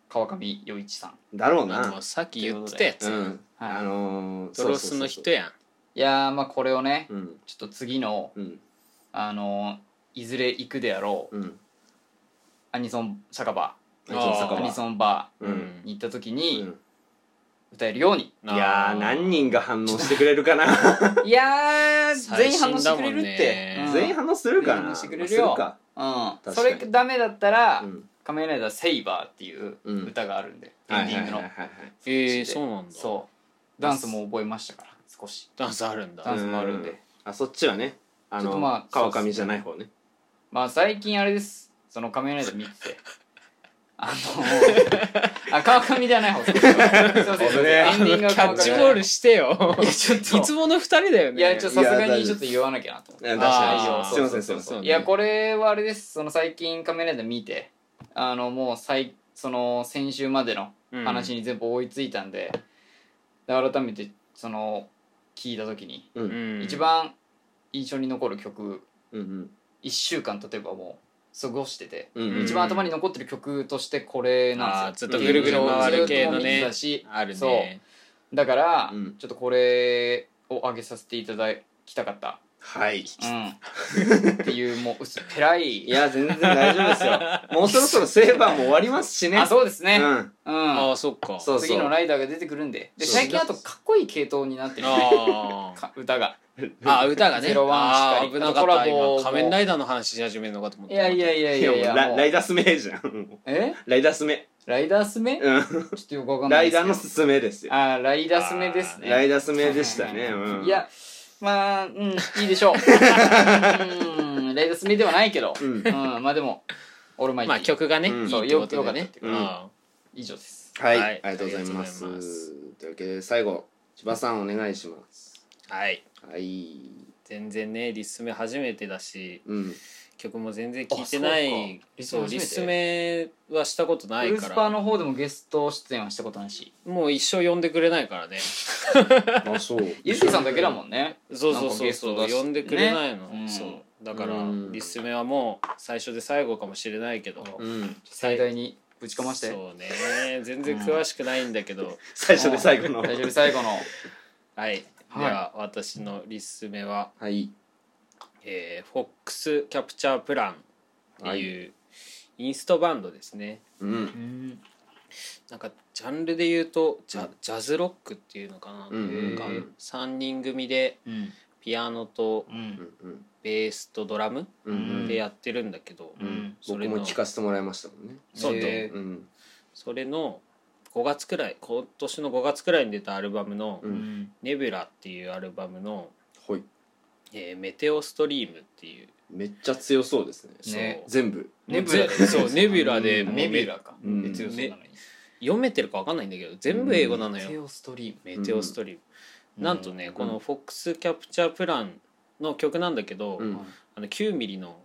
Speaker 3: 川上洋一さん
Speaker 4: だろう
Speaker 2: あ
Speaker 4: な
Speaker 2: のさっき言ってたやつ
Speaker 1: う
Speaker 2: やん
Speaker 1: ん
Speaker 3: はい
Speaker 1: あのー
Speaker 2: ドロスの人
Speaker 1: や
Speaker 2: やん
Speaker 3: いやーまあこれをね
Speaker 1: うん
Speaker 3: ちょっと次の
Speaker 1: うん
Speaker 3: あのーいずれ行くであろう
Speaker 1: うん
Speaker 3: アニソン酒場
Speaker 1: あいつの酒
Speaker 2: あ
Speaker 1: 場
Speaker 3: アニソンバ
Speaker 1: う
Speaker 2: うん
Speaker 1: ん
Speaker 3: ーに行った時
Speaker 1: う
Speaker 3: に
Speaker 1: ん
Speaker 3: 歌えるように、
Speaker 1: いやー何人が反応してくれるか な
Speaker 3: いやー
Speaker 2: 最
Speaker 3: 全員反
Speaker 2: 新
Speaker 3: 応して
Speaker 2: だ
Speaker 3: く
Speaker 2: も
Speaker 3: れ
Speaker 2: ん
Speaker 3: るっ
Speaker 2: ね
Speaker 3: て、うん
Speaker 1: 全員反応するか
Speaker 3: 反
Speaker 1: な
Speaker 3: 応してくれるよ
Speaker 1: すか
Speaker 3: う
Speaker 1: か
Speaker 3: ん、
Speaker 1: に
Speaker 3: それダメだったら
Speaker 1: う
Speaker 3: 「
Speaker 1: ん
Speaker 3: 仮面ライダーセイバー」っていう
Speaker 1: うん
Speaker 3: 歌があるんで、エ
Speaker 1: は
Speaker 3: ン
Speaker 1: い
Speaker 3: ディ
Speaker 1: は
Speaker 3: ン
Speaker 1: い
Speaker 3: グ
Speaker 1: は
Speaker 3: の、
Speaker 1: いはい
Speaker 2: えー、そうなんだ
Speaker 3: そうダンスも覚えましたから少し
Speaker 2: ダンスあるんだ
Speaker 3: ダンスもあるんで
Speaker 1: うあそっちはねあ
Speaker 3: ちょっ
Speaker 1: の
Speaker 3: とまあ
Speaker 1: 川上じゃない方ね
Speaker 3: まあ最近あれですその仮面ライダー見ててあ のあ川上ではない方ですけどすいませんすいませんエンディング
Speaker 2: キ
Speaker 3: が
Speaker 2: ャ
Speaker 3: 川
Speaker 2: ッ
Speaker 3: 上
Speaker 2: チボールしてよ
Speaker 3: いやちょっと
Speaker 2: いつもの二人だよね
Speaker 3: いやちょっ
Speaker 4: っ
Speaker 3: とさす
Speaker 4: いや大
Speaker 3: が
Speaker 4: 丈夫
Speaker 3: に
Speaker 4: です
Speaker 3: ちょっと言わなきゃなと思って
Speaker 1: いや確
Speaker 2: あ
Speaker 1: か
Speaker 2: ー
Speaker 1: にすいませんすい
Speaker 2: そう
Speaker 1: ません
Speaker 2: そうそう
Speaker 3: いやこれはあれですその最近仮面ライダー見てあのもう最その先週までの
Speaker 2: うん
Speaker 3: 話に全部追いついたんで,、で改めてその聞いた時に、
Speaker 1: う
Speaker 2: うんん
Speaker 3: 一番印象に残る曲
Speaker 1: うん
Speaker 3: 1週間例えばもう過ごしてて、
Speaker 1: うんうん
Speaker 3: 一番頭に残ってる曲としてこれなんです
Speaker 2: あーず
Speaker 3: よ
Speaker 2: っとぐるぐる回る系のね
Speaker 3: ずっと見てたし
Speaker 2: ある
Speaker 3: そ
Speaker 2: ね
Speaker 3: うだから、
Speaker 1: うん
Speaker 3: ちょっとこれを上げさせていただきたかった、
Speaker 1: はい
Speaker 3: うん、っていうもう薄っぺらい
Speaker 1: いや全然大丈夫ですよ もうそろそろセーバーも終わりますしね
Speaker 3: あそうですね、
Speaker 1: う
Speaker 3: うん
Speaker 1: ん
Speaker 2: ああそっか
Speaker 1: そうそう
Speaker 3: 次のライダーが出てくるんでで
Speaker 1: そう
Speaker 3: 最近あとかっこいい系統になってる
Speaker 2: あ ー
Speaker 3: か歌が
Speaker 2: あ歌がね
Speaker 3: ゼロワンし
Speaker 2: あ
Speaker 3: かり
Speaker 2: ー危なか
Speaker 3: あ
Speaker 2: っ
Speaker 3: とコ
Speaker 2: た
Speaker 3: ラボ
Speaker 2: 今
Speaker 3: も
Speaker 2: 仮面ライダーの話し始めるのかと思っ
Speaker 3: い
Speaker 2: た
Speaker 3: やいやいやいやい
Speaker 1: いや
Speaker 3: や
Speaker 1: もう
Speaker 3: も
Speaker 1: ラ
Speaker 3: う
Speaker 1: ライダースメじゃん
Speaker 3: え
Speaker 1: ライダースメ
Speaker 3: ライダースメ、ちょ
Speaker 1: うん
Speaker 3: っとよくわかんな
Speaker 1: ラ
Speaker 3: い
Speaker 1: イ
Speaker 3: で
Speaker 1: ダー
Speaker 3: すけ
Speaker 1: の
Speaker 3: ど
Speaker 1: すすめですよ
Speaker 3: あーライダースメですね
Speaker 1: ライダースめでしたねうん
Speaker 3: いやまあうんいいで しょううんライダースメではないけど、
Speaker 1: う
Speaker 3: うんん、まあでもオールマイテ
Speaker 2: まあ
Speaker 3: ィ、
Speaker 2: 曲がね、
Speaker 1: うん
Speaker 2: いい
Speaker 3: そう
Speaker 2: って
Speaker 3: よ
Speaker 2: こ
Speaker 3: くよ
Speaker 2: と
Speaker 3: か
Speaker 2: で
Speaker 3: ったっ
Speaker 2: ね
Speaker 3: ていうう、
Speaker 1: ん
Speaker 3: 以上です
Speaker 1: はい
Speaker 2: は
Speaker 1: あ
Speaker 2: い
Speaker 1: りがとうございま
Speaker 2: ありがとうございます
Speaker 1: というわけで最後千葉さんお願いします
Speaker 2: はい
Speaker 1: はい
Speaker 2: 全然ねリスメ初めてだし
Speaker 1: うん
Speaker 2: 曲も全然聴いてない
Speaker 3: あ
Speaker 2: そ
Speaker 3: そううか
Speaker 2: リ
Speaker 3: リ
Speaker 2: ス
Speaker 3: ス
Speaker 2: メはしたことな
Speaker 3: ウ
Speaker 2: い
Speaker 3: ル
Speaker 2: か
Speaker 3: スパー
Speaker 2: ら
Speaker 3: の方でもゲスト出演はしたことないし
Speaker 2: もう一生呼んでくれないからね
Speaker 1: あそう
Speaker 3: ゆずきさんだけだもんね
Speaker 2: そうそ
Speaker 3: な
Speaker 2: うん
Speaker 3: か
Speaker 2: そう
Speaker 3: ゲス
Speaker 2: そ
Speaker 3: ト
Speaker 2: う
Speaker 3: だし
Speaker 2: 呼んでくれないの、
Speaker 3: ねうん
Speaker 2: そうだから
Speaker 1: うん
Speaker 2: リスメはもう最初で最後かもしれないけど
Speaker 1: うん
Speaker 3: 最大にぶちかまして
Speaker 2: そうね全然詳しくないんだけど、
Speaker 1: 最初で最後の
Speaker 3: 最初で最後の
Speaker 2: はい、
Speaker 3: はい
Speaker 2: では私のリスメは、
Speaker 1: はい
Speaker 2: えー、フォックスキャプチャープランっていうインストバンドですね
Speaker 1: うん
Speaker 3: うん
Speaker 2: なんかジャンルで言うとジャ,、ジャズロックっていうのかな,、
Speaker 1: うん
Speaker 3: う
Speaker 2: な
Speaker 3: ん
Speaker 2: んか3人組で
Speaker 3: うん
Speaker 2: ピアノと
Speaker 3: うん
Speaker 1: うん
Speaker 2: ベースとドラム
Speaker 1: うんうん
Speaker 2: でやってるんだけど、
Speaker 3: うん
Speaker 2: そ
Speaker 1: 僕
Speaker 2: れ
Speaker 1: も
Speaker 2: の
Speaker 1: 聞かせてもらいましたもんね
Speaker 2: そうね
Speaker 3: えー
Speaker 1: うん
Speaker 2: それの5月くらい今年の5月くらいに出たアルバムの
Speaker 1: う
Speaker 3: うんん
Speaker 2: 「ネビュラ」っていうアルバムの
Speaker 1: ほい
Speaker 2: 「えーメテオストリーム」っていう
Speaker 1: めっちゃ強そうですね
Speaker 2: そう
Speaker 3: ね
Speaker 1: 全部
Speaker 3: ネビュラ
Speaker 2: ぜそうネビュラで
Speaker 3: うん
Speaker 2: もう
Speaker 3: ネビュラか
Speaker 1: うん
Speaker 3: 別予想なのに
Speaker 2: 読めてるか分かんないんだけど全部英語なの
Speaker 3: テ
Speaker 2: よ
Speaker 3: オストリーム
Speaker 2: メテオストリーム、
Speaker 3: うん
Speaker 2: なんとね、この「フォックスキャプチャープラン」の曲なんだけど、
Speaker 1: うん
Speaker 2: あの9ミリの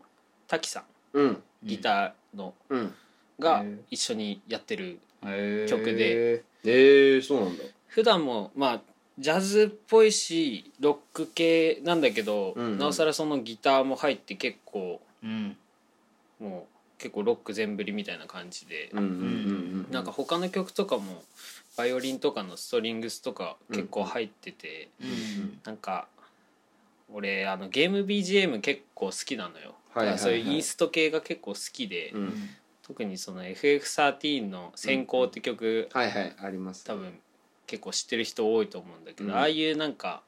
Speaker 2: 滝さん
Speaker 1: うん
Speaker 2: ギターの、
Speaker 1: うん
Speaker 2: が
Speaker 3: へー
Speaker 2: 一緒にやってる
Speaker 3: ー
Speaker 2: 曲で
Speaker 1: えー、そうなんだ
Speaker 2: 普段もまあジャズっぽいしロック系なんだけど、
Speaker 1: うんうん
Speaker 2: なおさらそのギターも入って結構
Speaker 3: うん
Speaker 2: もう結構ロック全振りみたいな感じで、
Speaker 1: うんうんうんうん
Speaker 2: なんか他の曲とかもバイオリンとかのストリングスとか結構入ってて。
Speaker 3: うん
Speaker 2: なんか俺あのゲーム BGM 結構好きなのよ、
Speaker 1: はいはいはい
Speaker 2: だからそういうインスト系が結構好きで、
Speaker 1: うん
Speaker 2: 特にその FF13 の「先行」って曲、
Speaker 1: はいはいあります
Speaker 2: 多分結構知ってる人多いと思うんだけど、
Speaker 1: うん
Speaker 2: ああいうなんか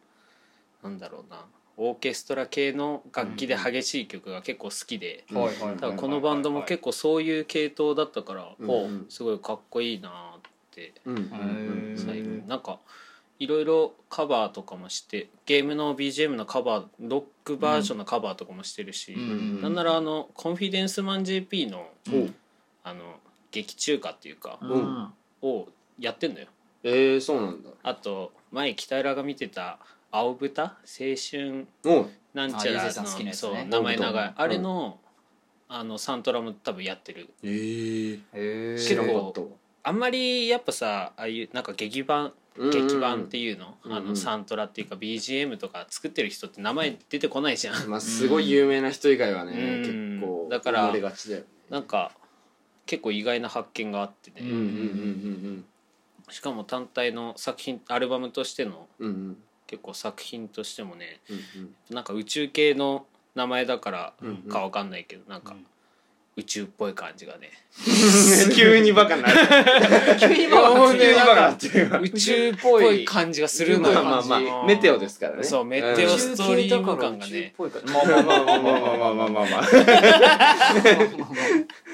Speaker 2: なんだろうなオーケストラ系の楽器で激しい曲が結構好きで、
Speaker 1: うん
Speaker 3: はいはいはい
Speaker 2: 多分このバンドも結構そういう系統だったから、
Speaker 1: うん
Speaker 2: すごいかっこいいなーって
Speaker 1: うんうんうん
Speaker 3: へー
Speaker 2: 最後なんかいろいろカバーとかもしてゲームの BGM のカバーロックバージョンのカバーとかもしてるし、
Speaker 3: うん
Speaker 2: なんならあの「コンフィデンスマン JP の」
Speaker 3: うん
Speaker 2: あの劇中歌っていうか、
Speaker 3: うん
Speaker 2: をやってんのよ
Speaker 1: えー、そうなんだ
Speaker 2: あと前北浦が見てた「青豚青春
Speaker 1: おう
Speaker 2: なんちゃらの」
Speaker 3: あゆうせいさん好きなやつね
Speaker 2: そう名前長
Speaker 1: 青
Speaker 2: い
Speaker 1: 豚
Speaker 2: あれの,、あのサントラも多分やってる
Speaker 1: えー、
Speaker 3: へえ
Speaker 1: 知らなか
Speaker 2: 結
Speaker 1: ったわ
Speaker 2: あんまりやっぱさああいうなんか劇版
Speaker 1: うんうんうん
Speaker 2: 劇版っていうの,、
Speaker 1: うんうん
Speaker 2: あのサントラっていうか BGM とか作ってる人って名前出てこないじゃん、
Speaker 1: まあすごい有名な人以外はね、
Speaker 2: うん
Speaker 1: 結構
Speaker 2: だから
Speaker 1: 生まれがちだよ、ね、
Speaker 2: なんか結構意外な発見があってね、
Speaker 1: うんうん
Speaker 2: しかも単体の作品アルバムとしての
Speaker 1: うんうんうんうん
Speaker 2: 結構作品としてもね
Speaker 1: うん
Speaker 2: なんか宇宙系の名前だから
Speaker 1: うんうん
Speaker 2: かわかんないけど、なんか宇宙っぽい感じ がね
Speaker 1: うん 急にバカになる
Speaker 3: もう
Speaker 1: 急に
Speaker 3: ね
Speaker 1: バカになってる
Speaker 2: 宇宙っぽい感じがするのよ、
Speaker 1: まあまあまあ
Speaker 2: マジで
Speaker 1: メテオですからね
Speaker 2: そうメテオ
Speaker 1: うん
Speaker 2: ストーリーム感がね
Speaker 3: 宇宙系だから宇宙っぽ
Speaker 1: ま
Speaker 3: いから
Speaker 1: あまあまあまあまあまあまあまあ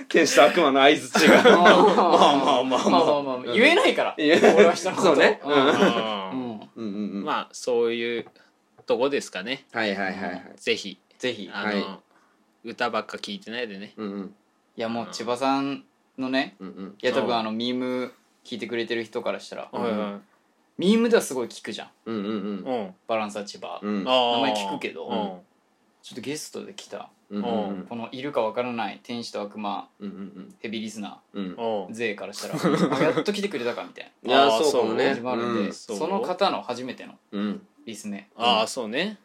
Speaker 1: 天使と悪魔の相槌が
Speaker 3: まあ
Speaker 1: まあまあまあまあ
Speaker 3: まあまあまあ言えないから
Speaker 1: いや
Speaker 3: 俺は人のこと
Speaker 1: そうねうん
Speaker 2: う
Speaker 3: うんん
Speaker 1: うんうんうん
Speaker 2: まあそういうとこですかね
Speaker 1: はいはいはいはい
Speaker 2: ぜひ
Speaker 1: ぜひ
Speaker 2: あの、
Speaker 1: はい
Speaker 2: 歌ばっか聞いてないでね
Speaker 1: うんうん
Speaker 3: いやもう千葉さんのね
Speaker 1: うんうん
Speaker 3: いや多
Speaker 2: そう
Speaker 3: 分あのミーム聞いてくれてる人からしたら
Speaker 2: う
Speaker 1: うんん
Speaker 3: ミームではすごい聞くじゃん
Speaker 1: うんうん
Speaker 2: うん
Speaker 3: バランサー千葉
Speaker 1: うんうん
Speaker 2: あー
Speaker 3: 名前聞くけど
Speaker 2: うん
Speaker 3: ちょっとゲストで来た
Speaker 1: うんうんうん
Speaker 3: このいるかわからない天使と悪魔
Speaker 1: うんうん
Speaker 3: ヘビーリスナ
Speaker 1: うん
Speaker 2: うん
Speaker 3: ー勢からしたらあやっと来てくれたかみたい
Speaker 1: いや
Speaker 2: あー
Speaker 1: そうかも
Speaker 3: な
Speaker 1: ね
Speaker 3: 始まるんで、
Speaker 2: うんそう
Speaker 3: その方の初めての
Speaker 1: うんうん
Speaker 3: リスメ
Speaker 2: ああそうね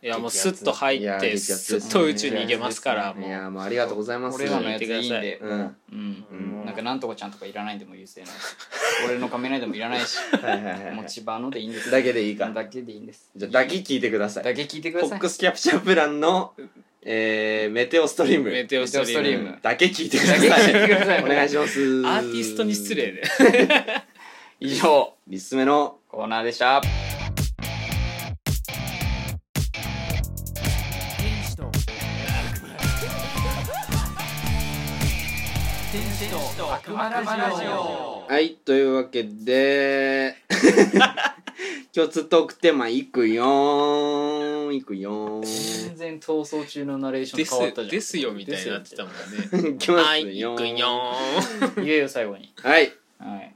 Speaker 2: いやもうスッと入
Speaker 1: いや
Speaker 2: っ
Speaker 1: 激
Speaker 2: て
Speaker 1: アツです
Speaker 2: ス
Speaker 1: ね
Speaker 2: ッと宇宙に行けますから
Speaker 1: い
Speaker 2: も
Speaker 1: や
Speaker 2: う
Speaker 1: もうありがとうございます
Speaker 3: 俺らのやついいんで、
Speaker 1: うんは
Speaker 3: うん
Speaker 2: うん
Speaker 3: なんかなんとかちゃんとかいらないでも優勢な し俺の仮面ライダーもいらないし
Speaker 1: いはいはい
Speaker 3: も
Speaker 1: は
Speaker 3: う
Speaker 1: い
Speaker 3: 千葉のでいいんです
Speaker 1: だけでいいか
Speaker 3: だけでいいんです
Speaker 1: じゃあだけ聞いてください
Speaker 3: だけ聞いてく
Speaker 1: フ
Speaker 3: だ
Speaker 1: ォ
Speaker 3: さ
Speaker 1: ッ
Speaker 3: い
Speaker 1: クスキャプチャープランの、えーメテオストリーム
Speaker 2: メテオストリ
Speaker 3: メテオストリ
Speaker 2: ー
Speaker 3: ー
Speaker 2: ム
Speaker 3: ム
Speaker 1: だけ聞いてくだ
Speaker 3: だけ
Speaker 1: さ
Speaker 3: 聞いて
Speaker 1: い
Speaker 3: ください
Speaker 1: お願いします
Speaker 2: アーティストに失礼で
Speaker 3: 以上
Speaker 1: リスメの
Speaker 3: コーナーでした
Speaker 1: はいというわけで 共通トークテーマいくよーんいくよー
Speaker 3: 全然逃走中のナレーショ
Speaker 2: で
Speaker 3: ン変 わったじ
Speaker 2: す
Speaker 3: ゃん
Speaker 2: ですよみたいになってたもんね
Speaker 1: んいきます
Speaker 2: はい
Speaker 1: よー
Speaker 2: 行く
Speaker 1: ん
Speaker 2: よーん
Speaker 3: 言えよ最後に
Speaker 1: はい
Speaker 3: はい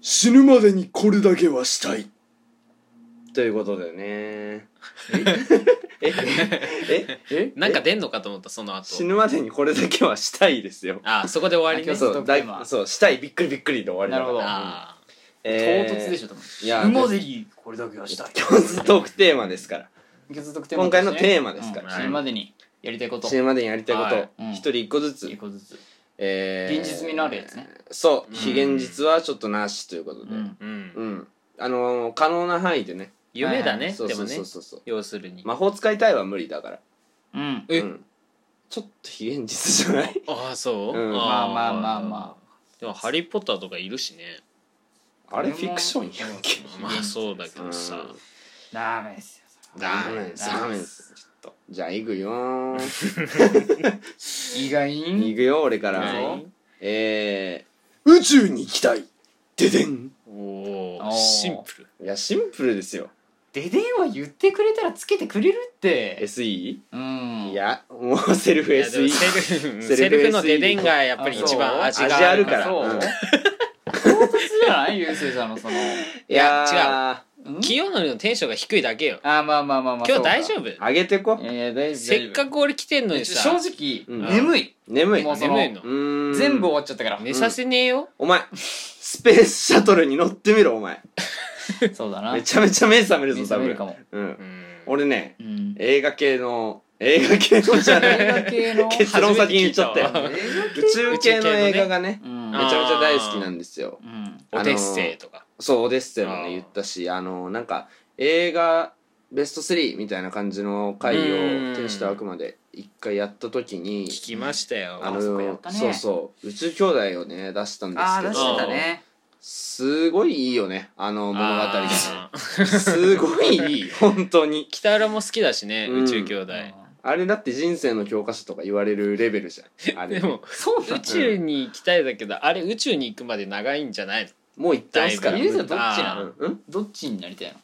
Speaker 4: 死ぬまでにこれだけはしたい
Speaker 1: ということでね え え
Speaker 3: え
Speaker 2: なんか出んのかと思ったその
Speaker 1: 死
Speaker 2: 後
Speaker 1: ぬまでにこれだけはしたいですよ
Speaker 2: ああそこで終わりね
Speaker 3: あ
Speaker 1: そう
Speaker 3: トークテーマ
Speaker 1: だそうしたいびっくりびっくりで終わりだから
Speaker 3: なるほど
Speaker 2: ああ
Speaker 1: え
Speaker 3: 唐
Speaker 1: ー
Speaker 3: 突でしょ多分
Speaker 1: いや
Speaker 3: 馬でいいこれだけはしたい
Speaker 1: 共通トークテーマですから 今回のテーマですから
Speaker 3: 死ぬまでにやりたいこと
Speaker 1: 死ぬまでにやりたいこと、
Speaker 2: はい
Speaker 3: うん
Speaker 1: 一人一個ずつ
Speaker 3: 一、個ずつ
Speaker 1: えー
Speaker 3: 現実味のあるやつね
Speaker 1: そう
Speaker 2: うん
Speaker 1: 非現実はちょっとなしということで
Speaker 3: う
Speaker 1: うん、
Speaker 3: ん
Speaker 2: うん
Speaker 1: あのー可能な範囲でね
Speaker 2: 夢だね
Speaker 1: そう
Speaker 2: で
Speaker 1: そ
Speaker 2: も
Speaker 1: う
Speaker 2: ね
Speaker 1: そうそうそう
Speaker 2: 要するに
Speaker 1: 魔法使いたいは無理だから
Speaker 3: うん
Speaker 2: え
Speaker 1: うん、ちょっと非現実じゃない
Speaker 2: ああそう
Speaker 1: うん
Speaker 3: まあまあまあまあ
Speaker 2: でも「ハリー・ポッター」とかいるしね
Speaker 1: あれフィクションやんけ
Speaker 2: まあそうだけどさ
Speaker 1: うん
Speaker 3: ダメですよ
Speaker 2: ダメ
Speaker 1: ですダメですちょっとじゃあいくよー
Speaker 3: 意外
Speaker 1: いくよ俺から、
Speaker 2: はい
Speaker 1: え
Speaker 4: 宇宙に行きたいででん
Speaker 2: お
Speaker 3: お
Speaker 2: お
Speaker 3: ー
Speaker 2: シンプル
Speaker 1: ー、いやシンプルですよ
Speaker 3: デデンは言ってくれたらつけてくれるって
Speaker 1: SE?
Speaker 3: うん
Speaker 1: いやもうセルフ
Speaker 2: いやでも
Speaker 1: SE
Speaker 2: セルフ
Speaker 1: セルフ
Speaker 2: セルフの
Speaker 1: SE
Speaker 2: デデンがやっぱり一番
Speaker 3: あ
Speaker 2: 味
Speaker 1: そう
Speaker 2: が
Speaker 1: 味あるから
Speaker 3: そう
Speaker 1: うん
Speaker 3: 唐突じゃないゆうせいさんのそ
Speaker 1: い
Speaker 3: の
Speaker 2: いや
Speaker 1: や
Speaker 3: うん
Speaker 2: 清則のテンションが低いだけよ
Speaker 3: あまあまあまあまあ
Speaker 2: 今日大丈
Speaker 3: 夫
Speaker 2: 夫
Speaker 1: ー上げてこ
Speaker 3: いやいや大丈夫
Speaker 2: せっかく俺来てんのにさ
Speaker 3: 正直
Speaker 1: うん
Speaker 3: 眠い
Speaker 1: 眠い
Speaker 3: もうその
Speaker 2: 眠いの
Speaker 1: うーん
Speaker 3: 全部終わっちゃったから
Speaker 2: 寝させねえよ
Speaker 1: お前スペースシャトルに乗ってみろお前
Speaker 3: そうだな
Speaker 1: めちゃめちゃ目覚めるぞ
Speaker 3: 目
Speaker 1: 多
Speaker 3: 覚める
Speaker 1: 分
Speaker 3: かも
Speaker 1: うん
Speaker 2: うん
Speaker 1: 俺ね
Speaker 3: うん
Speaker 1: 映画系の映画系のじゃない
Speaker 3: 映 画系の
Speaker 1: 結論先に言っちゃったよ
Speaker 2: 初めて聞いたわ
Speaker 1: 宇宙系の映画がね
Speaker 3: うん
Speaker 1: めちゃめちゃ大好きなんですよ
Speaker 3: うん
Speaker 2: オデッセイとか
Speaker 1: そうオデッセイも
Speaker 2: あー
Speaker 1: ね言ったしあのなんか映画ベスト3みたいな感じの回
Speaker 2: うー
Speaker 1: を
Speaker 2: ん
Speaker 1: 天使とあくまで一回やった時に
Speaker 2: 聞きましたよ
Speaker 1: あの
Speaker 3: そうかやったね
Speaker 1: そうそう宇宙兄弟をね出したんです
Speaker 3: ああ
Speaker 1: け
Speaker 3: 出
Speaker 1: ど
Speaker 3: してたね
Speaker 1: すごいいいよねあの物語が
Speaker 2: あー
Speaker 1: すごいいい本当に
Speaker 2: 北浦も好きだしね
Speaker 1: うん
Speaker 2: 宇宙兄弟
Speaker 1: あれだって人生の教科書とか言われるレベルじゃんあれ
Speaker 2: でも
Speaker 3: そう
Speaker 2: 宇宙に行きたいだけどあれ宇宙に行くまで長いんじゃないの
Speaker 1: もう行ってますから
Speaker 2: だ
Speaker 3: ゆ
Speaker 2: いうぶ
Speaker 3: せはどっちな
Speaker 1: う
Speaker 3: の
Speaker 1: んうん
Speaker 3: どっちになりたい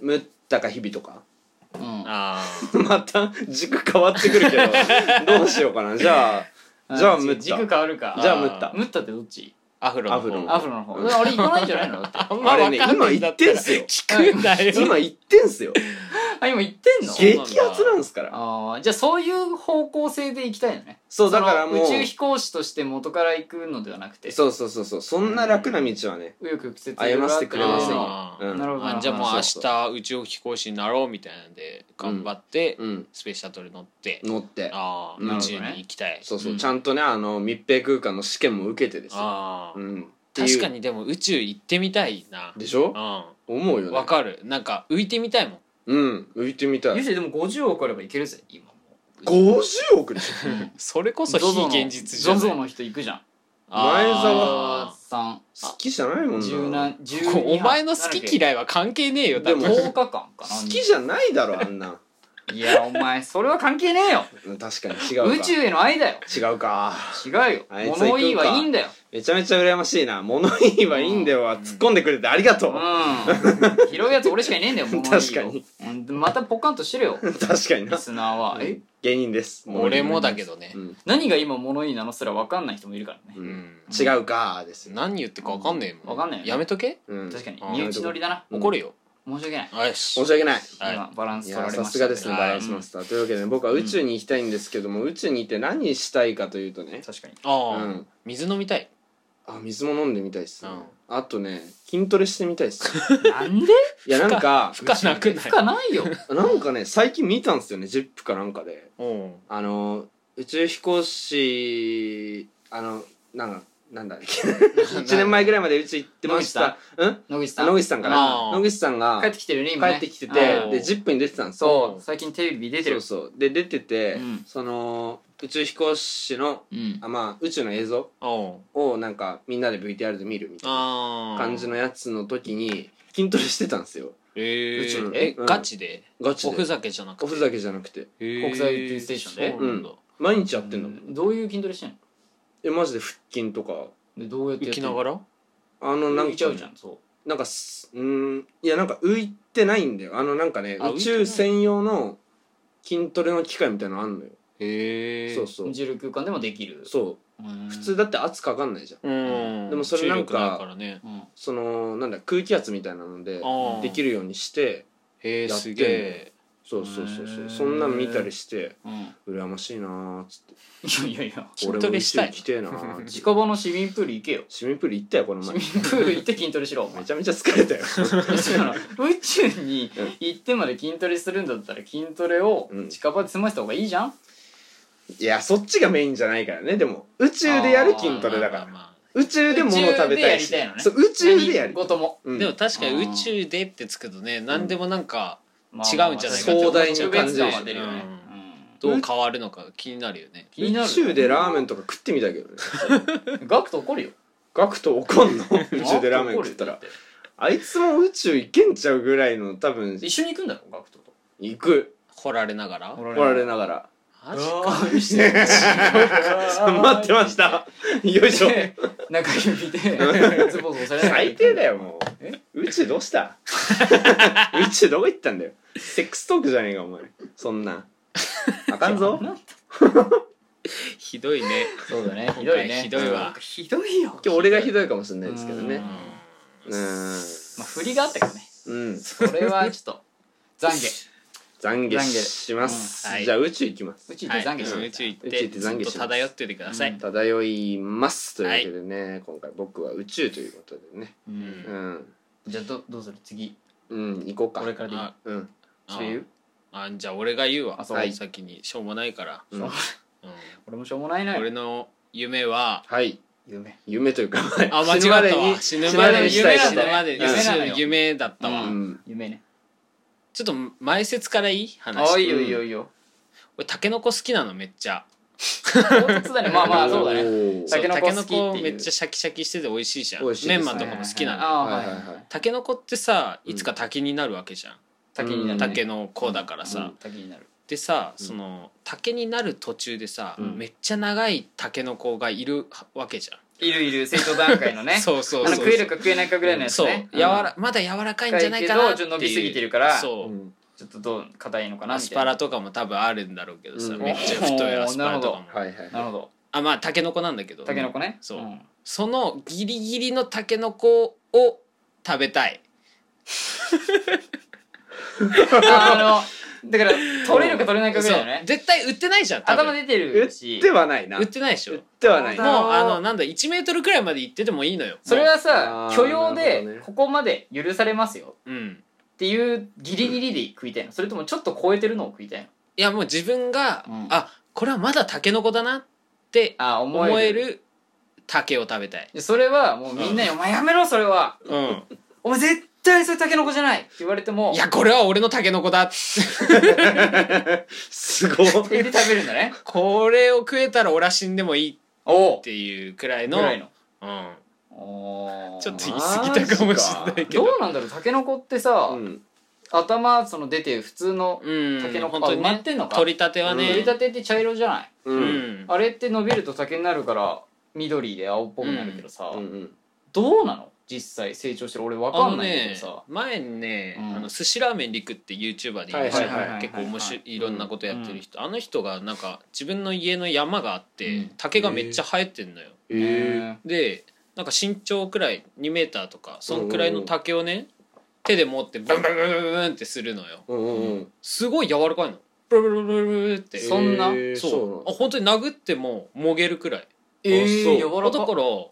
Speaker 1: ムッタか日々とか
Speaker 3: のうん
Speaker 2: あ
Speaker 1: また軸変わってくるけどどうしようかなじゃあ
Speaker 3: あ
Speaker 1: じゃあ
Speaker 3: 違う
Speaker 1: ムッタ
Speaker 3: 軸変わるか
Speaker 1: じゃあ
Speaker 2: あー
Speaker 1: ムッタ
Speaker 3: ムッタってどっち
Speaker 2: あアフロの
Speaker 1: アフロ
Speaker 3: アフロの方あれ行かないんじゃないのだって
Speaker 2: あ
Speaker 1: あ
Speaker 2: んま
Speaker 1: れ
Speaker 2: 分
Speaker 1: ね
Speaker 2: かんないんだったら
Speaker 1: 今言ってんすよ
Speaker 2: 聞くんだよ
Speaker 1: 今行ってんすよ
Speaker 3: あ今行ってんの
Speaker 2: そう
Speaker 1: 激
Speaker 2: なんだ
Speaker 1: アツなんすから
Speaker 3: あーじゃあそういう方向性で行きたいのね
Speaker 1: そうだからもう
Speaker 3: その宇宙飛行士として元から行くのではなくて
Speaker 1: そうそうそうそうそんな楽な道はね
Speaker 3: 右翼曲折
Speaker 1: 歩ませてくれませんよ
Speaker 2: あ
Speaker 1: う
Speaker 2: ー
Speaker 1: ん
Speaker 3: なるほど
Speaker 2: あじゃあもう
Speaker 1: そ
Speaker 2: 明
Speaker 1: うそう
Speaker 2: 日宇宙飛行士になろうみたいなんで頑張って
Speaker 1: うん
Speaker 2: スペースシャトル乗って
Speaker 1: 乗って
Speaker 2: あ
Speaker 1: なる
Speaker 2: あ宇
Speaker 3: ほど
Speaker 2: 宙
Speaker 3: ね
Speaker 2: に行きたい
Speaker 1: そうそう、
Speaker 3: うん
Speaker 1: ちゃんとねあの密閉空間の試験も受けてですよ、
Speaker 2: ああ
Speaker 1: うん、っていう
Speaker 2: 確かにでも宇宙行ってみたいな
Speaker 1: でしょ
Speaker 2: う
Speaker 1: 思うよ
Speaker 2: ん
Speaker 1: ね
Speaker 2: わかるなんか浮いてみたいもん
Speaker 1: うん浮いてみた
Speaker 3: ゆう
Speaker 1: い
Speaker 3: せいでも50億あればいけるぜ今も
Speaker 1: 50億でしょ
Speaker 2: それこ
Speaker 3: う
Speaker 2: そ非現実じゃん
Speaker 3: ゾゾの人行くじゃん
Speaker 1: 前澤
Speaker 3: あーさん
Speaker 1: 好きじゃないもんな
Speaker 3: 十何十
Speaker 2: こうお前の好き
Speaker 3: い
Speaker 2: 嫌いは関係ねえよ多
Speaker 1: で
Speaker 2: 分
Speaker 1: も
Speaker 3: 10日間かな
Speaker 1: 好きじゃないだろあんな
Speaker 3: いやお前それは関係ねえよ
Speaker 1: うん確かに違うか
Speaker 3: 宇宙への愛だよ
Speaker 1: 違うか
Speaker 3: 違
Speaker 1: あ
Speaker 3: う
Speaker 1: いつ
Speaker 3: よ
Speaker 1: は行くんか
Speaker 3: 物言いはいいんだよ
Speaker 1: めちゃめちゃ羨ましいな物言いはいいんだよは突っ込んでくれてありがとう、
Speaker 3: うん拾うやつ俺しかいねえ んだよ物言いを
Speaker 1: 確かに
Speaker 3: うんまたポカンとし てるよ
Speaker 1: 確かにな
Speaker 3: リスナーはえ
Speaker 1: 芸人です
Speaker 2: 俺もだけどね
Speaker 1: うん、
Speaker 3: 何が今物言いなのすら分かんない人もいるからね
Speaker 1: う、
Speaker 2: うんん
Speaker 1: 違うかーですよ、
Speaker 2: 何言ってか分かんねえも
Speaker 3: わかんないよね
Speaker 2: やめとけ
Speaker 1: うん、
Speaker 3: 確かに
Speaker 2: うん
Speaker 3: 身内乗りだな
Speaker 1: うん
Speaker 2: 怒るよ
Speaker 3: 申し訳ない
Speaker 2: よし
Speaker 1: 申し訳ない
Speaker 2: はい
Speaker 3: 今バランス
Speaker 1: い
Speaker 3: 取ら
Speaker 1: や
Speaker 3: れました
Speaker 1: さすがですね
Speaker 2: はい
Speaker 1: バランスマスターというわけで僕は宇宙に行きたいんですけども、宇宙に行って何したいかというとね
Speaker 3: 確かに
Speaker 2: ああ、
Speaker 1: うん
Speaker 2: 水飲みたい
Speaker 1: あ水も飲んでみたいっすね、
Speaker 2: うん
Speaker 1: あとね筋トレしてみたいっす
Speaker 3: なんで
Speaker 1: いやなんか
Speaker 2: 負荷なくない
Speaker 3: 負荷な いよ
Speaker 1: なんかね最近見たんですよね ZIP かなんかで
Speaker 2: うん
Speaker 1: あの宇宙飛行士あのなんかなんだっけ1年前ぐらいまで宇宙行ってましたうん
Speaker 3: 野口さ
Speaker 1: あ
Speaker 3: ん
Speaker 1: 野口さんかな
Speaker 2: あー
Speaker 1: 野口さんが
Speaker 3: 帰ってきてるね
Speaker 1: 帰
Speaker 3: 今ね
Speaker 1: ってきてて
Speaker 2: あー
Speaker 1: で ZIP に出てたんですよ
Speaker 3: そう最近テレビ出て
Speaker 1: そう
Speaker 3: る
Speaker 1: そうで出てて、
Speaker 3: うん
Speaker 1: その宇宙飛行士の
Speaker 3: うん
Speaker 1: あまあ宇宙の映像
Speaker 2: うん
Speaker 1: をなんかみんなで VTR で見るみたいな
Speaker 2: ああ
Speaker 1: 感じのやつの時に筋トレしてたんですよ
Speaker 2: えー
Speaker 1: 宇宙の
Speaker 2: え、
Speaker 1: うん
Speaker 2: ガチで
Speaker 1: ガチ
Speaker 2: お
Speaker 1: で
Speaker 2: ふざけじゃなくて
Speaker 1: おふざけじゃなくて
Speaker 2: へー
Speaker 3: 国際宇宙ステーションで
Speaker 2: そうなんだ
Speaker 1: 毎日やってんだもん、
Speaker 3: どういう筋トレしてんの
Speaker 1: えマジで腹筋とか
Speaker 3: でどうやって
Speaker 2: 浮
Speaker 3: やっ
Speaker 2: き
Speaker 3: てんの
Speaker 2: ながら
Speaker 1: あのなん
Speaker 3: 浮
Speaker 1: か
Speaker 3: いちゃうじゃんそ
Speaker 1: なんかすうーんいやなんか浮いてないんだよあのなんかね
Speaker 2: あ
Speaker 1: 宇宙専用の筋トレの機械みたいなのあんのよ、
Speaker 2: へえ
Speaker 1: そうそうう
Speaker 3: 重力空間でもできる
Speaker 1: そううん普通だって圧かかんないじゃん
Speaker 2: うん
Speaker 1: でもそれなんか
Speaker 2: 重力ないからね
Speaker 3: うん
Speaker 1: そのなんだ空気圧みたいなので
Speaker 2: ああ
Speaker 1: できるようにして
Speaker 2: へ
Speaker 1: やってん
Speaker 2: え
Speaker 1: の
Speaker 2: すげえ
Speaker 1: そうそうそうそ
Speaker 3: へ
Speaker 1: う
Speaker 3: ー
Speaker 1: そんなん見たりして
Speaker 3: うん
Speaker 1: 羨ましいなーっつって
Speaker 3: いやいやいや
Speaker 2: 筋トレした
Speaker 1: 俺も宇宙
Speaker 2: い
Speaker 1: 行きてえなーっつって
Speaker 3: 近場の市民プール行けよ
Speaker 1: 市民プール行ったよこの
Speaker 3: 市
Speaker 1: 前
Speaker 3: 民プール行って筋トレ しろお前
Speaker 1: めちゃめちゃ疲れたよ
Speaker 3: 宇宙に行ってまで筋トレするんだったら筋トレを近場で済ませた方がいいじゃん、
Speaker 1: いやそっちがメインじゃないからねでも宇宙でやる筋トレだから
Speaker 2: ら
Speaker 1: 宇宙で物を食べたいし
Speaker 3: 宇宙でやりたいのね
Speaker 1: そう宇宙でやる
Speaker 3: 何事も、
Speaker 1: うん
Speaker 2: でも確かに宇宙でってつくとね何でもなんか
Speaker 3: まあ
Speaker 2: 違うんじゃないかって
Speaker 1: 壮
Speaker 2: 思っ
Speaker 1: 大
Speaker 2: ちゃ
Speaker 1: な
Speaker 2: う
Speaker 1: 感
Speaker 2: 感
Speaker 1: じ
Speaker 2: じ
Speaker 3: 特別感は出るよね、
Speaker 2: うん
Speaker 3: うん
Speaker 2: どう変わるのか気になるよね
Speaker 3: 気になる
Speaker 1: 宇宙でラーメンとか食ってみたいけどね
Speaker 3: ガクト怒るよ
Speaker 1: ガクト怒 んの宇宙でラーメン食った
Speaker 3: ガ
Speaker 1: ら
Speaker 3: クト怒るよだ
Speaker 1: あいつも宇宙行けんちゃうぐらいの多分
Speaker 3: って一緒に行くんだろガクトと
Speaker 1: 行く
Speaker 2: 掘られながら
Speaker 1: おられながら
Speaker 2: マジ
Speaker 3: あ
Speaker 2: か
Speaker 3: ーして
Speaker 1: 待ってましたよいしょ
Speaker 3: で中指でズボズボされながら
Speaker 1: 最低だよも
Speaker 3: え
Speaker 1: う宇宙どうした 宇宙どこ行ったんだよセックストークじゃねえかお前そんなんあかんぞ
Speaker 2: ひどいね
Speaker 3: そうだねひどいね
Speaker 2: ひどいわ
Speaker 3: うんひどいよ
Speaker 1: 今日俺がひどいかもしれないですけど
Speaker 3: う
Speaker 1: ね
Speaker 3: ん
Speaker 2: うん
Speaker 1: うーん
Speaker 3: まあ振りがあったけどね
Speaker 1: うん
Speaker 3: これはちょっと懺悔
Speaker 1: 懺悔します、
Speaker 2: うんはい
Speaker 1: じゃあ宇宙行きます
Speaker 3: うちで
Speaker 2: はい
Speaker 3: 懺悔して
Speaker 2: うん
Speaker 1: 宇宙
Speaker 2: 宇宙行っ
Speaker 3: ください
Speaker 1: 行
Speaker 2: て
Speaker 1: って
Speaker 2: ず
Speaker 1: 懺
Speaker 2: っ
Speaker 1: 悔しま
Speaker 2: と
Speaker 1: す
Speaker 2: 漂っててください
Speaker 1: 漂いますというわけでね、今回僕は宇宙ということでね
Speaker 3: う
Speaker 2: うん
Speaker 3: ん
Speaker 1: うん、
Speaker 3: じゃあどどうする次
Speaker 1: うん、行こうか
Speaker 3: これからでいい
Speaker 2: あ
Speaker 1: うん
Speaker 2: あ
Speaker 3: 中油
Speaker 2: あじゃあ俺が言うわ
Speaker 3: あそう
Speaker 1: はい
Speaker 2: 先にしょうもないから
Speaker 1: うん
Speaker 2: うん
Speaker 3: 俺もしょうもないな
Speaker 2: 俺の夢は
Speaker 1: はい
Speaker 3: 夢
Speaker 1: 夢というか
Speaker 2: あ間
Speaker 1: 死ぬま
Speaker 2: 違っ
Speaker 1: で
Speaker 2: たわ
Speaker 1: に
Speaker 2: 死ぬまでに
Speaker 1: 死ぬまでに
Speaker 2: 死ぬまで
Speaker 1: 夢
Speaker 2: に
Speaker 3: なのよ
Speaker 2: うん夢だったわ、
Speaker 3: う
Speaker 1: うん
Speaker 3: 夢ね
Speaker 2: ちょっと前説からいい話
Speaker 3: あいい
Speaker 2: 俺
Speaker 3: よいいよいいよ
Speaker 2: タケノコ好きなのめっちゃ
Speaker 3: 唐突だねまあまあそうだね
Speaker 1: ね
Speaker 2: そう
Speaker 3: タケノコ好
Speaker 2: タ
Speaker 3: きっていう
Speaker 2: ケノコめっちゃシャキシャキしてて美味しいじゃん
Speaker 1: 美味しいで
Speaker 2: メ
Speaker 1: す
Speaker 2: ン
Speaker 1: ね
Speaker 2: マとかも好きなの
Speaker 3: ああ
Speaker 1: は
Speaker 3: はいい
Speaker 1: はい
Speaker 3: は
Speaker 1: はいい
Speaker 2: タケノコってさいつか滝になるわけじゃん、
Speaker 3: 滝になる
Speaker 2: タ
Speaker 3: ね
Speaker 2: ケの子だからさ、
Speaker 3: うん滝になる
Speaker 2: でさその竹になる途中でさ、
Speaker 1: うん
Speaker 2: めっちゃ長いタケノコがいるわけじゃん
Speaker 3: いるいる成長段階のね
Speaker 2: そうそう
Speaker 3: あの
Speaker 2: そう
Speaker 3: 食えるか食えないかぐらいのやつ
Speaker 2: そう
Speaker 3: ね
Speaker 2: 柔らまだ柔らかいんじゃないかなっていう
Speaker 3: 深いけどちょっと伸びすぎてるから
Speaker 2: そう、
Speaker 3: ちょっとどう硬いのかな
Speaker 2: ア
Speaker 3: み
Speaker 2: ス
Speaker 3: た
Speaker 2: パ
Speaker 3: いな
Speaker 2: ラとかも多分あるんだろうけどさ、
Speaker 1: うん
Speaker 2: めっちゃ太いアスパラとかも
Speaker 1: はいはい
Speaker 3: なるほど
Speaker 2: あまあタケノコなんだけど
Speaker 3: タケノコね
Speaker 2: そうんそのギリギリのタケノコを食べたい
Speaker 3: あの だから取れるか取れないかぐらい
Speaker 2: そ
Speaker 3: の
Speaker 2: う
Speaker 3: ね
Speaker 2: 絶対売ってないじゃん多分
Speaker 3: 頭出て
Speaker 1: 売
Speaker 3: るし
Speaker 1: ってはないな
Speaker 2: 売ってないでしょ
Speaker 1: 売ってはない
Speaker 3: そう
Speaker 1: な
Speaker 3: だ
Speaker 2: もうあのなんだ1メートルくらいまで行っててもいいのよ
Speaker 3: それはさ
Speaker 1: あー
Speaker 3: 許容
Speaker 1: なるほど
Speaker 3: で
Speaker 1: ね
Speaker 3: ここまで許されますよ
Speaker 2: うん
Speaker 3: っていうギリギリで食いたいのそれともちょっと超えてるのを食いたいの
Speaker 2: いやもう自分が、
Speaker 3: うん
Speaker 2: あこれはまだタケノコだなって
Speaker 3: あ
Speaker 2: 思
Speaker 3: 思
Speaker 2: え
Speaker 3: え
Speaker 2: る
Speaker 3: る
Speaker 2: タケを食べたい
Speaker 3: でそれはもうみんなに「お前やめろそれは
Speaker 2: うん
Speaker 3: お前絶対それタケノコじゃない!」って言われても
Speaker 2: いやこれは俺のタケノコ だ
Speaker 1: すごい
Speaker 3: 手で食べるんだね
Speaker 2: これを食えたら俺は死んでもいいっ
Speaker 3: おお
Speaker 2: ていうくらい
Speaker 3: ぐ
Speaker 2: の
Speaker 3: らいの
Speaker 2: うん、
Speaker 3: おー
Speaker 2: ちょっと言い過ぎたかもしれないけ
Speaker 3: ど
Speaker 2: ど
Speaker 3: うなんだろうタケノコってさ、
Speaker 1: うん
Speaker 3: 頭その出て普通の
Speaker 2: うん
Speaker 3: タケノコ
Speaker 2: 本
Speaker 3: あ
Speaker 2: 当
Speaker 3: 埋
Speaker 2: に
Speaker 3: まっ
Speaker 2: ね
Speaker 3: てんのか
Speaker 2: 取りたてはね
Speaker 3: 取りたてって茶色じゃない、
Speaker 1: う
Speaker 2: うんん、
Speaker 3: あれって伸びると竹になるから緑で青っぽくなるけどさ、
Speaker 1: うん
Speaker 3: どうなの実際成長してる俺わかんないけどさ、
Speaker 2: あのね、前にね、
Speaker 3: うん
Speaker 2: あの寿司ラーメンリクってユーチューバーでいらっし
Speaker 1: はいはい
Speaker 2: ゃ
Speaker 3: は
Speaker 2: る
Speaker 3: い
Speaker 2: 結構面白いいろんなことやってる人、あの人がなんか自分の家の山があって、
Speaker 3: うん
Speaker 2: 竹がめっちゃ生えてんのよ、
Speaker 1: えー
Speaker 2: でなんか身長くらい2メーターとかそんくらいの竹をね手で持ってブンブンブンブンブンってするのよ
Speaker 1: うんうん
Speaker 2: すごい柔らかいのブルブルブルブルって、
Speaker 3: そんな
Speaker 1: えー
Speaker 2: そう
Speaker 1: そ
Speaker 2: あ本当に殴ってももげるくらい
Speaker 3: えー、
Speaker 1: そう
Speaker 3: えー、柔
Speaker 2: だ
Speaker 3: ら
Speaker 2: から
Speaker 3: か2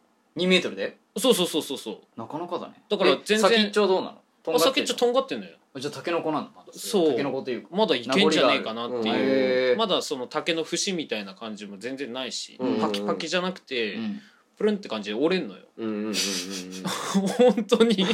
Speaker 3: メートルで
Speaker 2: そうそうそうそうそう
Speaker 3: なかなかだね
Speaker 2: だから
Speaker 3: え
Speaker 2: 全然
Speaker 3: 先っちょはどうなのとん
Speaker 2: お
Speaker 3: がっ
Speaker 2: 酒
Speaker 3: てる
Speaker 2: ちょっととんがってんのよ
Speaker 3: のじゃあタケノコなんだまだ
Speaker 2: そう
Speaker 3: タケノコというか
Speaker 2: まだいけんじゃねえかなって
Speaker 1: 名残がある
Speaker 2: いう、
Speaker 3: へー
Speaker 2: まだその竹の節みたいな感じも全然ないし、
Speaker 1: うん
Speaker 2: パキパキじゃなくて、
Speaker 3: うん
Speaker 2: プルンって感じで折れんのよ
Speaker 1: ううんうんうんうん
Speaker 2: 本当に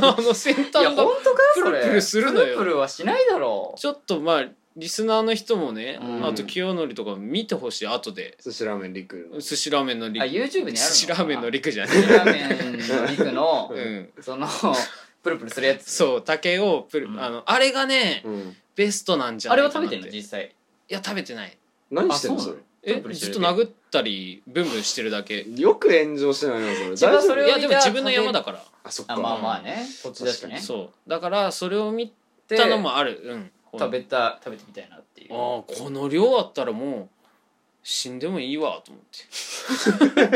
Speaker 2: あの先
Speaker 3: いや
Speaker 2: 端が
Speaker 3: 本当かそれ
Speaker 2: プルプルするのよ
Speaker 3: プルプルはしないだろう
Speaker 2: ちょっとまあリスナーの人もね、
Speaker 3: うん
Speaker 2: あと清則とか見てほしい後で
Speaker 1: 寿司ラーメンリク
Speaker 2: 寿司ラーメンのリ
Speaker 3: あ YouTube にあるの
Speaker 2: 寿司ラーメンのリクじゃね
Speaker 3: 寿司ラーメンのリクの
Speaker 2: え、うん、
Speaker 3: そのプルプルするやつ
Speaker 2: そう竹をプル、
Speaker 3: うん
Speaker 2: あのあれがね、
Speaker 1: うん
Speaker 2: ベストなんじゃな
Speaker 3: あれ
Speaker 2: い
Speaker 3: は
Speaker 2: か
Speaker 3: 食
Speaker 2: な
Speaker 3: べ
Speaker 2: って
Speaker 3: てん
Speaker 2: い
Speaker 3: の実際
Speaker 2: や食べてない
Speaker 1: 何してんの
Speaker 3: あそ
Speaker 1: そうれ
Speaker 2: え
Speaker 3: プルプルして
Speaker 2: ずっ
Speaker 3: る
Speaker 2: と殴ったりブンブンしてるだけい
Speaker 1: よく炎上してないなそれ
Speaker 3: 自分はそれを
Speaker 2: やでも自分の山だから
Speaker 1: あそっ
Speaker 3: あ
Speaker 1: か
Speaker 3: まあまあね土地だしね
Speaker 2: そうだからそれを見
Speaker 3: で
Speaker 2: たのもあるうん
Speaker 3: 食べた食べてみたいなってい
Speaker 2: あ
Speaker 3: う
Speaker 2: あこの量あったらもう死んでもいいわと思って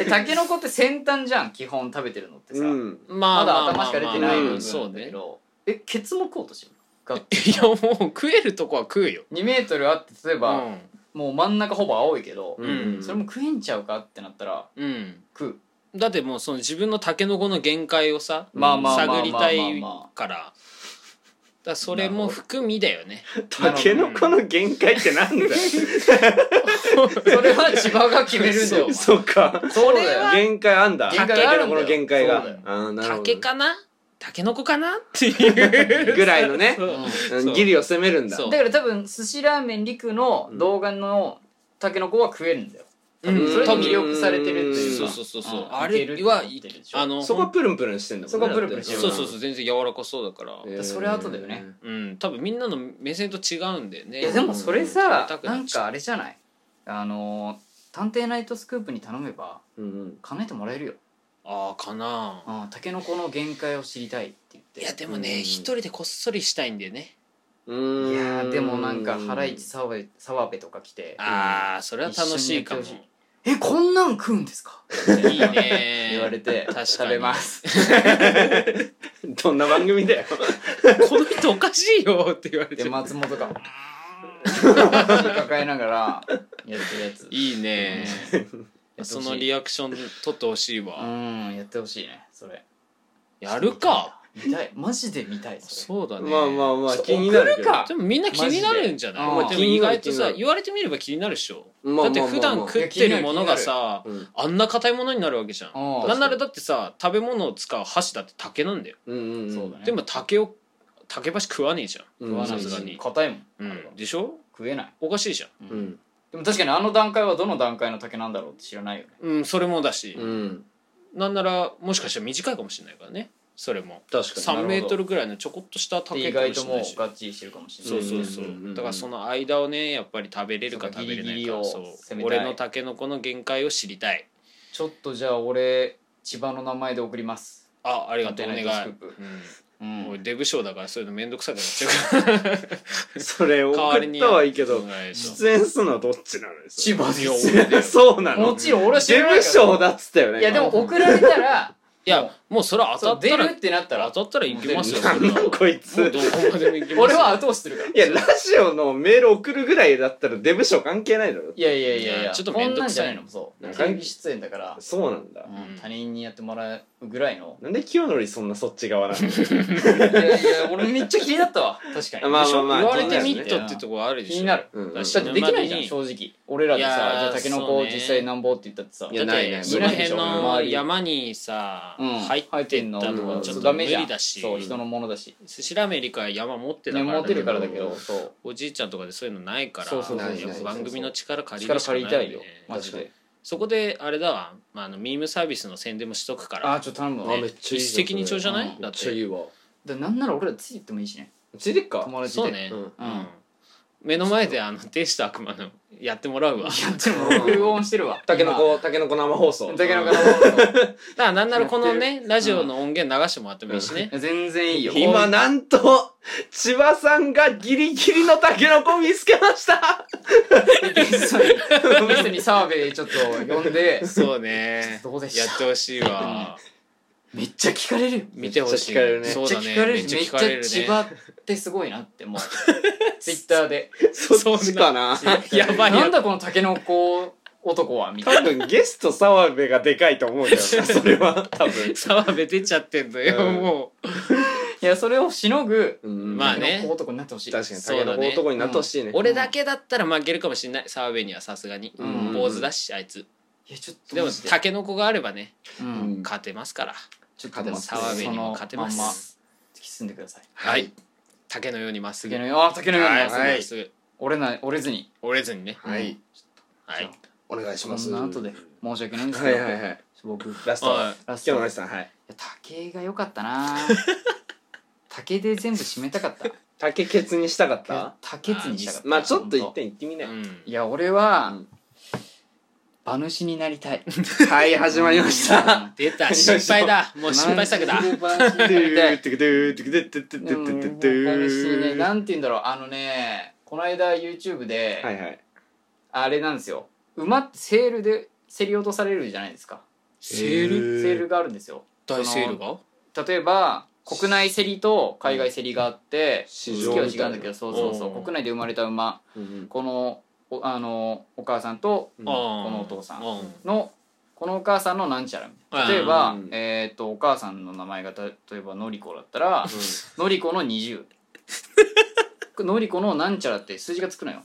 Speaker 3: えタケノコって先端じゃん基本食べてるのってさ、
Speaker 1: うん
Speaker 2: ま
Speaker 3: ま
Speaker 2: あ
Speaker 3: だ
Speaker 2: まあま
Speaker 3: 頭
Speaker 2: あ
Speaker 3: しか出てない部
Speaker 2: う
Speaker 3: 分
Speaker 2: ん
Speaker 3: な
Speaker 2: そうん
Speaker 3: だけ
Speaker 2: ね
Speaker 3: ど、えケツも食おうとしてるが
Speaker 2: いやもう食えるとこは食うよ
Speaker 3: 2メートルあって例え
Speaker 2: う
Speaker 3: ば、
Speaker 2: ん
Speaker 3: もう真ん中ほぼ青いけど、
Speaker 1: うん
Speaker 3: それも食えんちゃうかってなったら
Speaker 2: うん
Speaker 3: 食う
Speaker 2: だってもうその自分のタケノコの限界をさ
Speaker 3: まあまあまあまあまあ
Speaker 2: 探りたい
Speaker 3: まあ
Speaker 2: からだからそれも含みだよね
Speaker 1: タケノコの限界ってなんだよ
Speaker 3: それは千葉が決めるん だよお前
Speaker 1: そっか
Speaker 3: そうだよ
Speaker 1: 限界あんだ
Speaker 3: 限
Speaker 1: タ
Speaker 3: 界あ
Speaker 1: ケ
Speaker 3: る
Speaker 1: ノ
Speaker 3: んだよ
Speaker 1: コの限界
Speaker 3: そうだ
Speaker 1: が
Speaker 3: よ
Speaker 1: あーなるほ
Speaker 2: 竹
Speaker 1: ど
Speaker 2: かなタケノコか なっていう
Speaker 1: ぐらいのね
Speaker 2: そう
Speaker 3: うん
Speaker 1: うんギリを攻めるんだ
Speaker 2: そう
Speaker 3: だから多分寿司ラーメンリクの動画のタケノコは食えるんだよ、
Speaker 2: うん
Speaker 3: それに
Speaker 2: 多分
Speaker 3: 魅力されてるっていう
Speaker 2: そう
Speaker 3: か
Speaker 2: そうそうそううんあ
Speaker 3: いける
Speaker 2: れ
Speaker 3: って思
Speaker 2: は
Speaker 3: ってるでしょ
Speaker 2: あの
Speaker 1: そこはプルンプルンしてんだもんね
Speaker 3: そこはプルンプルンしてる
Speaker 2: そうそうそう全然柔らかそうだから、
Speaker 1: だって
Speaker 3: それ後だよね
Speaker 2: うん多分みんなの目線と違うんだよね
Speaker 3: いやでもそれさ
Speaker 2: うん
Speaker 3: なんかあれじゃないあのー「探偵ナイトスクープ」に頼めば
Speaker 1: うんうん
Speaker 3: 叶えてもらえるよ
Speaker 2: ああかな
Speaker 3: あータケノコの限界を知りたいって言って
Speaker 2: いやでも
Speaker 1: うん
Speaker 2: ね一人でこっそりしたいんだよね
Speaker 1: うーん
Speaker 3: いやーでもなんかハライチ澤部澤部とか来て
Speaker 2: ああそれは楽しいかも
Speaker 3: 一緒にや「えこんなん食うんですか?」って
Speaker 2: いいね
Speaker 3: 言われて
Speaker 2: 確かに
Speaker 3: 食べます
Speaker 1: どんな番組だ よ
Speaker 2: この人おかしいよって言われて
Speaker 3: で松本 が「う ーんって抱えながらやってるやつ
Speaker 2: いいね
Speaker 3: うん
Speaker 2: そのリアクション取ってほしいうわ
Speaker 3: んやってほしいねそれ
Speaker 2: やるか
Speaker 3: 見たいマジで見たいそ
Speaker 2: そ
Speaker 3: れ
Speaker 2: うだね
Speaker 1: まあまあまあ
Speaker 3: そう
Speaker 1: 気になるけど
Speaker 3: 送るか
Speaker 2: でもみんな気になるんじゃない
Speaker 3: マ
Speaker 2: で
Speaker 3: ジ
Speaker 2: も
Speaker 1: でうん
Speaker 2: 意外と
Speaker 1: 気にな
Speaker 2: さ
Speaker 1: る気になる
Speaker 2: 言われてみれば気になるでしょ
Speaker 1: ま
Speaker 2: だ
Speaker 1: あ
Speaker 2: って
Speaker 1: まあま
Speaker 2: 普
Speaker 1: あまあ
Speaker 2: 段食ってるものが
Speaker 3: い
Speaker 2: さ
Speaker 1: うん
Speaker 2: あんな硬いものになるわけじゃん
Speaker 3: うん
Speaker 2: なんならだってさ食べ物を使う箸だって竹なんだよ
Speaker 1: うんうんうん
Speaker 3: そうだね
Speaker 2: でも竹を竹橋食わねえじゃ
Speaker 1: うん
Speaker 3: 食わない
Speaker 2: さすがに
Speaker 3: し硬いもん
Speaker 2: ん、
Speaker 3: あれは
Speaker 2: でしょ
Speaker 3: 食えない
Speaker 2: おかしいじゃん
Speaker 1: う
Speaker 3: うん
Speaker 1: ん
Speaker 3: でも確かにあの段階はどの段階の竹なんだろうって知らないよね
Speaker 2: うんそれもだし、
Speaker 1: うん
Speaker 2: なんならもしかしたら短いかもしれないからねそれも
Speaker 1: 確か
Speaker 2: 3メートルぐらいのちょこっとした竹
Speaker 3: 意
Speaker 2: か
Speaker 3: 外
Speaker 2: もしれ
Speaker 3: と
Speaker 2: な
Speaker 3: もう
Speaker 2: いし
Speaker 3: ガッチリしてるかもしれ
Speaker 2: そ
Speaker 3: な
Speaker 2: う
Speaker 3: い
Speaker 2: そうそう,、
Speaker 1: うんうんうんうん
Speaker 2: だからその間をねやっぱり食べれるか
Speaker 3: そうか
Speaker 2: 食べれないか
Speaker 3: ギリギリを
Speaker 2: そう
Speaker 3: 攻めたい
Speaker 2: 俺のタケノコの限界を知りたい
Speaker 3: ちょっとじゃあ俺千葉の名前で送ります
Speaker 2: あありがとうお願い、
Speaker 3: 勝手なスクープう
Speaker 2: うん、俺
Speaker 3: ん
Speaker 2: デブ賞だからそういうの面倒くさくなっちゃうから
Speaker 4: それ 送
Speaker 2: 代わり
Speaker 4: っ
Speaker 2: に
Speaker 4: たはいいけ
Speaker 2: お
Speaker 4: ど
Speaker 2: 願いします
Speaker 4: 出演するのはどっちなのよそれ
Speaker 3: 千葉で
Speaker 2: いや
Speaker 3: す
Speaker 2: 俺だ よ
Speaker 4: そうな
Speaker 3: も
Speaker 4: の
Speaker 3: ちろん俺は知
Speaker 4: 事
Speaker 3: らない
Speaker 4: 務
Speaker 3: か
Speaker 4: 所
Speaker 3: ら
Speaker 4: だっつったよね
Speaker 3: いやでも
Speaker 4: 今
Speaker 3: 送られたら
Speaker 2: いやもうそれは
Speaker 3: そ
Speaker 2: 当
Speaker 3: う
Speaker 2: たった
Speaker 3: 出
Speaker 2: ら
Speaker 3: るってなったら
Speaker 2: 当たったら行きますよそ
Speaker 4: な
Speaker 2: れ
Speaker 4: んな
Speaker 2: は
Speaker 4: んこい
Speaker 2: もう
Speaker 4: つ
Speaker 2: どこまでも行きますよ
Speaker 3: 俺は後押しするから
Speaker 4: いやラジオのメール送るぐらいだったらデブ賞関係ないだろ
Speaker 3: いやいやいやい
Speaker 2: い
Speaker 3: や
Speaker 2: やちょっと
Speaker 3: こ
Speaker 2: 面
Speaker 3: ん
Speaker 2: 倒
Speaker 3: なん
Speaker 2: く
Speaker 3: じゃ
Speaker 2: さい
Speaker 3: ないのそう
Speaker 4: なんか
Speaker 3: テレビ出演だから、
Speaker 4: そうなんだ
Speaker 2: ん
Speaker 3: うん他人にやってもらうぐらいの
Speaker 4: なんで清則そんなそっち側なの
Speaker 3: いやいや俺めっちゃ気になったわ確かに、
Speaker 4: まあまあまあ
Speaker 2: 言われてみ
Speaker 4: 気
Speaker 2: っ
Speaker 4: に
Speaker 2: と
Speaker 3: なるね
Speaker 2: ってとこあるでしょ
Speaker 3: 気になる
Speaker 4: うんうん
Speaker 2: だし
Speaker 3: だってできないじゃん
Speaker 2: いや
Speaker 3: 正直俺らでさ
Speaker 2: い
Speaker 3: じ
Speaker 2: やー
Speaker 3: ゃあタケノ
Speaker 2: そう
Speaker 3: コ
Speaker 2: ね
Speaker 3: 実際なんぼって言ったってさ
Speaker 1: いやないない
Speaker 2: その辺の山にさ、
Speaker 3: うん
Speaker 2: 入ってったとかちょっと無理だし、
Speaker 3: そう人のものだし
Speaker 2: 寿司ラーメンよりかは山持ってた
Speaker 3: ね
Speaker 2: からだ
Speaker 3: 持って
Speaker 2: け
Speaker 3: る
Speaker 2: ど
Speaker 3: からだけどそう
Speaker 2: おじいちゃんとかでそういうのないから
Speaker 3: そうそう
Speaker 1: そう
Speaker 2: やっぱ番組の力借り
Speaker 3: 力
Speaker 2: るしかな
Speaker 3: 借
Speaker 2: い,、
Speaker 3: り
Speaker 2: ね、
Speaker 3: たいよマジで
Speaker 2: そこであれだわ、まあ、あのミームサービスの宣伝もしとくか
Speaker 3: あ
Speaker 2: ら
Speaker 3: あちょっと頼むわ
Speaker 1: あ
Speaker 3: だ
Speaker 1: めっちゃいい
Speaker 2: 一石二鳥じゃない、
Speaker 3: うん
Speaker 1: め
Speaker 2: だ
Speaker 1: っ
Speaker 2: っ
Speaker 1: ちゃい
Speaker 2: て
Speaker 1: いわ
Speaker 3: からなんなら俺らついてってもいいしね
Speaker 1: ちでっか
Speaker 3: 友
Speaker 2: そ
Speaker 3: 達で
Speaker 2: う ね、
Speaker 1: うん
Speaker 2: うん目の前であの天使と悪魔のやってもらうわ
Speaker 3: いやでも録音してるわ
Speaker 1: たけのこたけのこ生放送
Speaker 3: 今タケノコ
Speaker 2: だからなんならこのねラジオの音源流してもらってもいいしね、
Speaker 3: の全然いいよ
Speaker 4: 今なんと千葉さんがギリギリのタケノコ見つけま した
Speaker 3: ゲストにゲストに澤部ちょっと呼んで
Speaker 2: そう ね
Speaker 3: どうでした
Speaker 2: やってほしいわ
Speaker 3: めっちゃ聞かれるよ
Speaker 2: 見てほしい
Speaker 1: めっちゃ聞かれるね
Speaker 2: そう
Speaker 3: めっ
Speaker 2: だ
Speaker 3: ちゃ
Speaker 2: ね
Speaker 3: 聞かれ
Speaker 2: め
Speaker 3: る
Speaker 2: っ
Speaker 3: し
Speaker 2: ちゃ
Speaker 3: めっ
Speaker 2: 聞
Speaker 3: ち
Speaker 2: か
Speaker 3: ゃ
Speaker 2: れる
Speaker 3: 千葉
Speaker 2: ね
Speaker 3: ってすごいなってもう ツイッターで
Speaker 4: そっちかな
Speaker 2: やばい
Speaker 3: なん
Speaker 2: よ
Speaker 3: だこのタケノコ男はみたい
Speaker 4: 多分ゲスト澤部がでかいと思うけどなそれは多分
Speaker 2: 澤部出ちゃってんだよ、
Speaker 4: うん
Speaker 2: も
Speaker 3: ないやそれをしのぐ
Speaker 1: うん
Speaker 2: まあね
Speaker 3: タケノコ男になってほしい
Speaker 1: 確かにた
Speaker 2: そう
Speaker 1: け
Speaker 2: だね
Speaker 1: のこ男になってほしいね
Speaker 2: う俺だけだったら負けるかもしんない澤部にはさすがに
Speaker 3: うん
Speaker 2: 坊主だしあいつ
Speaker 3: いやちょっと
Speaker 2: でも
Speaker 3: マジ
Speaker 2: タケノコがあればね
Speaker 3: うん
Speaker 2: 勝てますから
Speaker 3: ちょっと
Speaker 1: 勝てます
Speaker 2: 澤部にも勝てま
Speaker 3: そのまんます突き進んでください
Speaker 2: はい竹のようにまっすぐ
Speaker 3: 竹のようあ竹のように
Speaker 2: は
Speaker 3: ないすぐ
Speaker 2: まっすぐ
Speaker 3: 折れない折れずに
Speaker 2: 折れずにね
Speaker 1: はい
Speaker 2: はい
Speaker 1: お願いし
Speaker 3: こ
Speaker 1: ます
Speaker 3: んな後で申し訳ないんです
Speaker 1: は
Speaker 3: け
Speaker 1: い
Speaker 3: ど
Speaker 1: はいはい
Speaker 3: 僕ラ
Speaker 1: ラスト
Speaker 2: はい
Speaker 3: ス
Speaker 1: 今日
Speaker 3: ト
Speaker 1: のラストはい
Speaker 3: いや竹が良かったな竹で全部締めたかった
Speaker 1: 竹ケツにしたかった
Speaker 3: 竹津にしたかった
Speaker 1: まあちょっと一
Speaker 3: 本当
Speaker 1: 点言ってみな
Speaker 2: う
Speaker 1: よ
Speaker 2: ん
Speaker 3: いや俺は、
Speaker 1: うん
Speaker 3: 馬主になりたい
Speaker 1: はい始まりまし
Speaker 3: う
Speaker 1: た
Speaker 3: ん
Speaker 2: 出た心配 だもう心配作だ
Speaker 3: マジで馬主になり たいでも馬主ね
Speaker 4: は
Speaker 3: なんて言うんだろうあのねこの間 YouTube で、
Speaker 4: いはい
Speaker 3: あれなんですよ馬ってセールで競り落とされるじゃないですか
Speaker 2: セール
Speaker 4: へー
Speaker 3: セールがあるんですよ
Speaker 2: 大セールが
Speaker 3: 例えば国内競りと海外競りがあって
Speaker 1: 市
Speaker 3: 月
Speaker 1: 場
Speaker 3: は
Speaker 1: みたい
Speaker 3: 違うん
Speaker 1: な
Speaker 3: だけどそうそうそう
Speaker 2: おー
Speaker 3: 国内で生まれた馬
Speaker 1: うん
Speaker 3: このおあのお母さんと
Speaker 1: うん
Speaker 2: こ
Speaker 3: このお父さん
Speaker 2: うん
Speaker 3: のこのお母さんのなんちゃらみたい
Speaker 2: う
Speaker 3: な
Speaker 2: ん
Speaker 3: 例えば、
Speaker 1: うん
Speaker 3: えー、とお母さんの名前がた例えばのりこだった らのりこの20のりこのなんちゃらって数字がつくのよ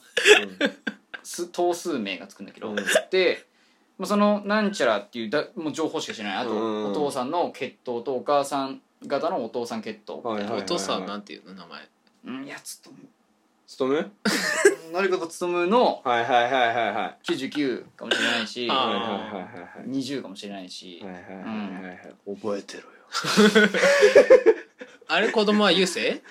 Speaker 3: す等数名がつくんだけど、
Speaker 1: うん
Speaker 3: で、まあ、そのなんちゃらっていうだもう情報しか知らないあと、
Speaker 1: うん
Speaker 3: お父さんの血統とお母さん方のお父さん血統、
Speaker 1: はいはいはいはい
Speaker 2: お父さんなんていうの名前
Speaker 3: うん、いやつとむ
Speaker 1: 勤め
Speaker 3: のりことつとむの
Speaker 1: はいはいはいはいはいはい
Speaker 3: 99かもしれないし
Speaker 2: あー
Speaker 1: はいはいはいはい
Speaker 3: 20かもしれないし、
Speaker 1: はいはいはいはいはい覚えてろよ
Speaker 2: あれ子供は優 勢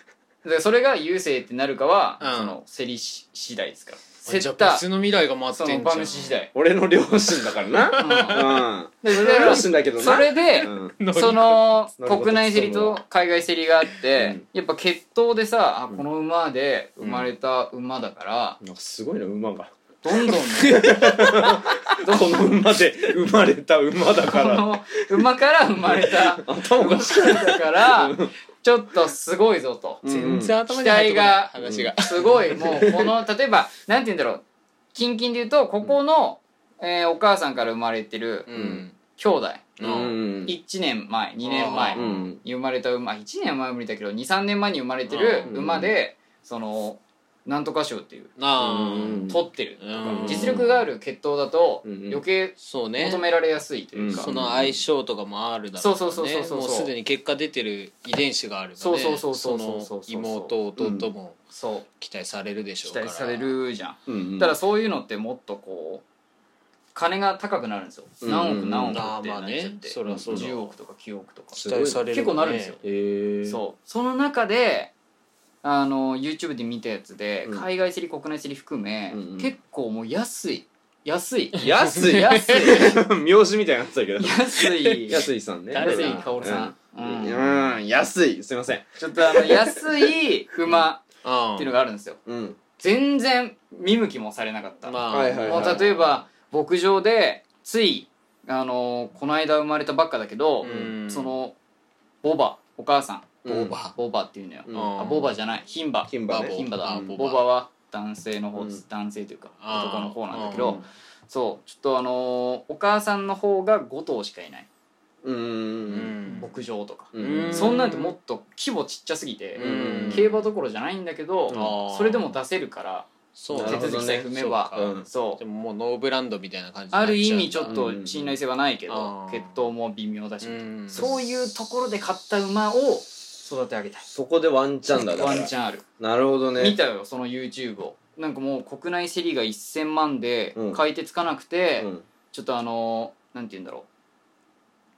Speaker 3: だからそれが優勢ってなるかは、
Speaker 2: うん
Speaker 3: その競りし次第ですから競
Speaker 2: あじゃ
Speaker 3: っ
Speaker 2: あ
Speaker 3: た
Speaker 2: 別の未来が待っ
Speaker 3: そ
Speaker 2: て
Speaker 3: の
Speaker 2: んじゃ
Speaker 3: 馬
Speaker 2: ん
Speaker 3: 主次第、
Speaker 1: 俺の両親だからな
Speaker 3: うんだか
Speaker 1: うん
Speaker 3: ら
Speaker 1: 両親だけどな
Speaker 3: それで、
Speaker 1: うん
Speaker 3: その
Speaker 1: 乗り越え
Speaker 3: 国内競りと海外競りがあって、やっぱ血統でさあ
Speaker 1: うん
Speaker 3: この馬で生まれた馬だから、
Speaker 1: なんかすごいな馬が
Speaker 3: どんどんね
Speaker 1: この馬で生まれた馬だ
Speaker 3: こ
Speaker 1: から
Speaker 3: の馬から生まれた
Speaker 1: 頭
Speaker 3: 馬
Speaker 1: が
Speaker 3: だからちょっとすごいぞと。
Speaker 2: 全
Speaker 1: うん
Speaker 2: 然頭に入ってこない話が
Speaker 3: すごいもうこの例えばなんて言うんだろう近々で言うとここの、えーお母さんから生まれてる
Speaker 2: うん
Speaker 3: 兄弟、
Speaker 1: うんうん
Speaker 3: 1年前2年前
Speaker 2: う
Speaker 1: うん
Speaker 3: に生まれた馬1年前は無理だけど23年前に生まれて
Speaker 2: う
Speaker 3: る
Speaker 2: ん
Speaker 3: 馬で、そのなんとか賞っていう
Speaker 2: あー
Speaker 1: うん
Speaker 3: 取ってる、
Speaker 2: うん
Speaker 3: 実力がある血統だと
Speaker 1: うん
Speaker 3: 余計
Speaker 2: そうね
Speaker 3: 求められやすいというか、
Speaker 1: うん
Speaker 2: その相性とかもあるだろう
Speaker 3: そうそうそうそうそう
Speaker 2: もうすでに結果出てる遺伝子があるので
Speaker 3: そうそうそうそうそうそうそう
Speaker 2: その妹弟も
Speaker 3: そう
Speaker 2: 期待されるでしょ
Speaker 3: 期
Speaker 2: うから
Speaker 3: 待されるじゃん、
Speaker 1: うん
Speaker 3: ただそういうのってもっとこう金が高くなるんですよ、
Speaker 1: うん
Speaker 3: 何億何億
Speaker 2: あ
Speaker 3: っ
Speaker 2: ー
Speaker 3: て
Speaker 2: まあ
Speaker 3: なっちゃっ
Speaker 2: ね
Speaker 3: て、
Speaker 2: そりゃそうだ
Speaker 3: 10億とか9億とか、
Speaker 2: 期待される
Speaker 3: 結構なるんですよ
Speaker 1: へえ
Speaker 3: そうその中であの YouTube で見たやつで、
Speaker 1: うん
Speaker 3: 海外競り国内競り含め、
Speaker 1: うんうん
Speaker 3: 結構もう安い安い
Speaker 1: 安い
Speaker 3: 安い
Speaker 1: 名字みたいになってたけど
Speaker 3: 安い
Speaker 1: 安井さんね
Speaker 2: 誰
Speaker 3: 安
Speaker 2: だ
Speaker 3: いかおるさん、
Speaker 1: う
Speaker 3: うん
Speaker 1: ん、うん、安いすいません
Speaker 3: ちょっとあの安い馬っていうのがあるんですよ
Speaker 1: うん
Speaker 3: 全然見向きもされなかった、
Speaker 2: まあ、
Speaker 1: はいはい
Speaker 3: もう例えば牧場でついあのーこの間生まれたばっかだけど、
Speaker 2: うん
Speaker 3: そのボバお母さん
Speaker 1: うん
Speaker 2: ボバ
Speaker 3: ボバっていうのよ、
Speaker 1: うん
Speaker 3: あボバじゃない牝馬
Speaker 1: 牝馬ね
Speaker 3: あ牝馬だ、
Speaker 2: うん
Speaker 3: ボバは男性の方、
Speaker 1: うん
Speaker 3: 男性というか
Speaker 2: あー
Speaker 3: 男の方なんだけ
Speaker 1: う
Speaker 3: ど、
Speaker 1: ん
Speaker 3: そうちょっとあのーお母さんの方が5頭しかいない
Speaker 1: うんうん
Speaker 2: うん
Speaker 3: 牧場とか、
Speaker 1: うん
Speaker 2: うん
Speaker 3: そんなんてもっと規模ちっちゃすぎて、
Speaker 1: うん
Speaker 3: 競馬どころじゃないんだけど、
Speaker 2: あー
Speaker 3: それでも出せるから
Speaker 2: そう
Speaker 1: な
Speaker 3: 手
Speaker 1: るほ
Speaker 3: 続
Speaker 1: ど
Speaker 3: きさ
Speaker 1: ね
Speaker 3: え踏めば
Speaker 2: そう
Speaker 1: か
Speaker 3: そう
Speaker 2: でももうノーブランドみたいな感じ
Speaker 3: ある意味ちょっ
Speaker 1: う
Speaker 3: と
Speaker 1: ん
Speaker 3: 信頼性はないけ
Speaker 2: あ
Speaker 3: ど
Speaker 2: ー
Speaker 3: 血統も微妙だし
Speaker 2: うん
Speaker 3: そういうところで買った馬を育て上げたい
Speaker 1: そこでワンチャンだだか
Speaker 3: ワ
Speaker 1: ら
Speaker 3: ンチャンある
Speaker 1: なるほどね
Speaker 3: 見たよその YouTube をなんかもう国内競りが1000万で
Speaker 1: うん
Speaker 3: 買い手つかなくて
Speaker 1: うん
Speaker 3: ちょっとあのーなんて言うんだろう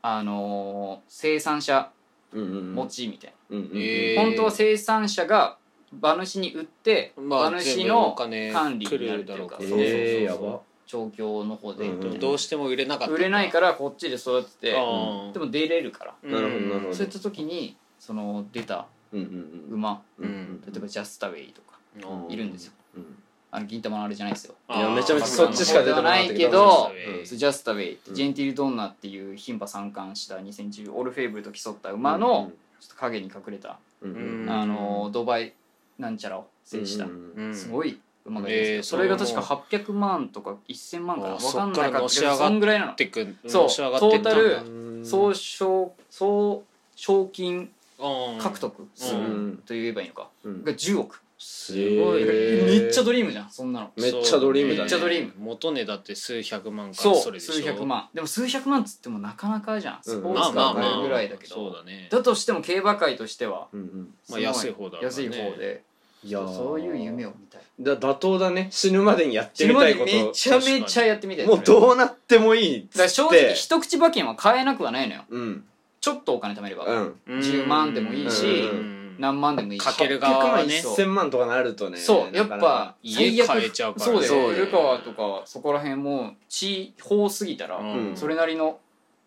Speaker 3: あのー生産者
Speaker 1: うんうん
Speaker 3: 持ちみたい
Speaker 1: うんうん
Speaker 2: え
Speaker 3: な本当は生産者が馬主に売って
Speaker 2: まあ
Speaker 3: 馬主
Speaker 2: 全部お
Speaker 3: の
Speaker 2: 金
Speaker 3: 管理
Speaker 2: 来
Speaker 3: になる
Speaker 2: る
Speaker 3: って
Speaker 2: だ
Speaker 3: い
Speaker 2: ろ
Speaker 3: う
Speaker 2: う
Speaker 3: か
Speaker 2: か
Speaker 3: そ
Speaker 2: ら
Speaker 3: う
Speaker 2: ね
Speaker 3: そう
Speaker 1: えーや
Speaker 3: そう
Speaker 1: ば
Speaker 3: 調教の方で
Speaker 1: うん
Speaker 2: でもどうしても売れなかった
Speaker 3: 売れないからこっちで育てて
Speaker 2: あー
Speaker 3: でも出れるから
Speaker 2: うん
Speaker 1: なるほどなるほど
Speaker 3: そういった時にその出た
Speaker 1: うんうん
Speaker 3: 馬
Speaker 1: うんうん
Speaker 3: 例えばジャスタウェイとか
Speaker 2: うん
Speaker 3: いるんですよ
Speaker 1: うん
Speaker 3: あの銀玉のあれじゃないですよ
Speaker 1: いや
Speaker 2: あー
Speaker 1: めちゃめちゃそっちしか出てこなかったけど
Speaker 3: そう
Speaker 2: ではないけど
Speaker 3: そうジャスタウェイって
Speaker 1: うん
Speaker 3: ジェンティルドンナっていう牝馬三冠した2010オールフェーブルと競った馬のちょっと影に隠れた
Speaker 1: うんうん
Speaker 2: うん
Speaker 3: あのドバイなんちゃらを制した
Speaker 1: うん
Speaker 2: うん
Speaker 3: すごい馬がいるんです
Speaker 2: え
Speaker 3: よ
Speaker 2: ー
Speaker 3: それが確か800万とか1000万かな
Speaker 2: あー
Speaker 3: わかん
Speaker 2: そっ
Speaker 3: な
Speaker 2: から
Speaker 3: いか
Speaker 2: の
Speaker 3: った
Speaker 2: し
Speaker 3: け
Speaker 2: 上が
Speaker 3: ど
Speaker 2: っ
Speaker 3: そんぐらいなの
Speaker 2: ってくん
Speaker 3: そう
Speaker 2: のし上がってったんだ
Speaker 3: トータル
Speaker 1: うん
Speaker 3: 総賞総賞金
Speaker 2: うん
Speaker 3: 獲得数
Speaker 1: う
Speaker 2: うん
Speaker 3: と言えばいいのか
Speaker 1: うん
Speaker 3: が10億
Speaker 1: す
Speaker 2: ごい
Speaker 1: え
Speaker 3: めっちゃ
Speaker 1: ド
Speaker 3: ドリームじゃんそんなの
Speaker 1: めっちゃドリームだね
Speaker 3: めっちゃドリーム
Speaker 2: 元値だって数百万から
Speaker 3: そ
Speaker 2: そうれでしょ
Speaker 3: 数百万でも数百万っつってもなかなかじゃんスポー
Speaker 2: まあ
Speaker 3: ツ
Speaker 2: ま
Speaker 3: カ
Speaker 2: あ
Speaker 3: ー
Speaker 2: ま
Speaker 3: 買え
Speaker 2: あ
Speaker 3: るぐらいだけ
Speaker 2: そう
Speaker 3: ど
Speaker 2: だね
Speaker 3: だとしても競馬界としては
Speaker 1: うんうん
Speaker 2: まあ安い方だからね
Speaker 3: 安い方で
Speaker 1: いやー
Speaker 3: そういう夢を見たい
Speaker 1: だ妥当だね死ぬまでにやって
Speaker 3: 死
Speaker 1: み
Speaker 3: ぬま
Speaker 1: たい
Speaker 3: で
Speaker 1: こ
Speaker 3: め
Speaker 1: と
Speaker 3: ちゃめちゃやってみたい
Speaker 1: もう
Speaker 3: それだか
Speaker 1: どうなってもいいっつっ
Speaker 3: ら
Speaker 1: て
Speaker 3: 正直一口馬券は買えなくはないのよ
Speaker 1: うん
Speaker 3: ちょっとお金貯めれば
Speaker 1: うん
Speaker 2: うん
Speaker 3: 10万でもいい
Speaker 1: し
Speaker 2: うん
Speaker 3: 何万でもいいし
Speaker 2: かける側はね
Speaker 3: そう
Speaker 1: 1000万とかなるとね
Speaker 3: そうや
Speaker 1: な
Speaker 3: っ
Speaker 1: かなか
Speaker 3: ぱ
Speaker 2: 家
Speaker 3: 最悪
Speaker 2: 買えちゃうから
Speaker 3: そうだ
Speaker 1: そうだ
Speaker 3: よ
Speaker 1: よ
Speaker 3: 古川とかそこら辺も地方すぎたら
Speaker 2: うん
Speaker 3: それなりの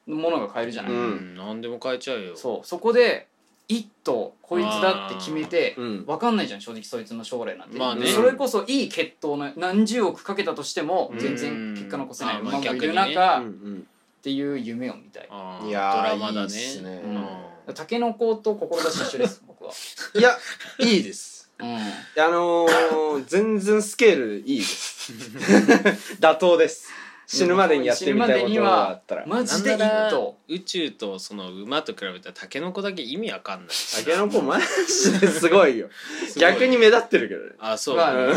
Speaker 3: ものが買えるじゃな
Speaker 2: う
Speaker 3: い
Speaker 1: うん
Speaker 2: 何でも買えちゃうよ
Speaker 3: そうそこで一頭こいつだって決めて
Speaker 1: うん
Speaker 3: 分かんないじゃん正直そいつの将来なんて、
Speaker 2: まあ
Speaker 1: ね
Speaker 3: それこそいい血統の何十億かけたとしても
Speaker 2: うん
Speaker 3: 全然結果残せない
Speaker 2: うん
Speaker 3: 馬もいる
Speaker 2: まあ
Speaker 3: 中、
Speaker 1: うんうん
Speaker 3: っていう夢を見たい
Speaker 2: あー
Speaker 1: いやー
Speaker 2: ドラマ
Speaker 1: いい
Speaker 2: だね
Speaker 1: っすね
Speaker 2: うん
Speaker 3: タケノコと志一緒です僕は、
Speaker 1: いやいいです
Speaker 3: うん、
Speaker 1: あのー、全然スケールいいです妥当です死ぬまでにやってみたいことがあったら
Speaker 3: マ
Speaker 2: な
Speaker 3: ジ
Speaker 2: んな
Speaker 3: で一
Speaker 2: ら
Speaker 3: 頭
Speaker 2: 宇宙とその馬と比べたらタケノコだけ意味わかんない
Speaker 1: タケノコマジですごいよ逆に目立ってるけどね
Speaker 2: あそう
Speaker 3: まあ
Speaker 2: ま
Speaker 3: ね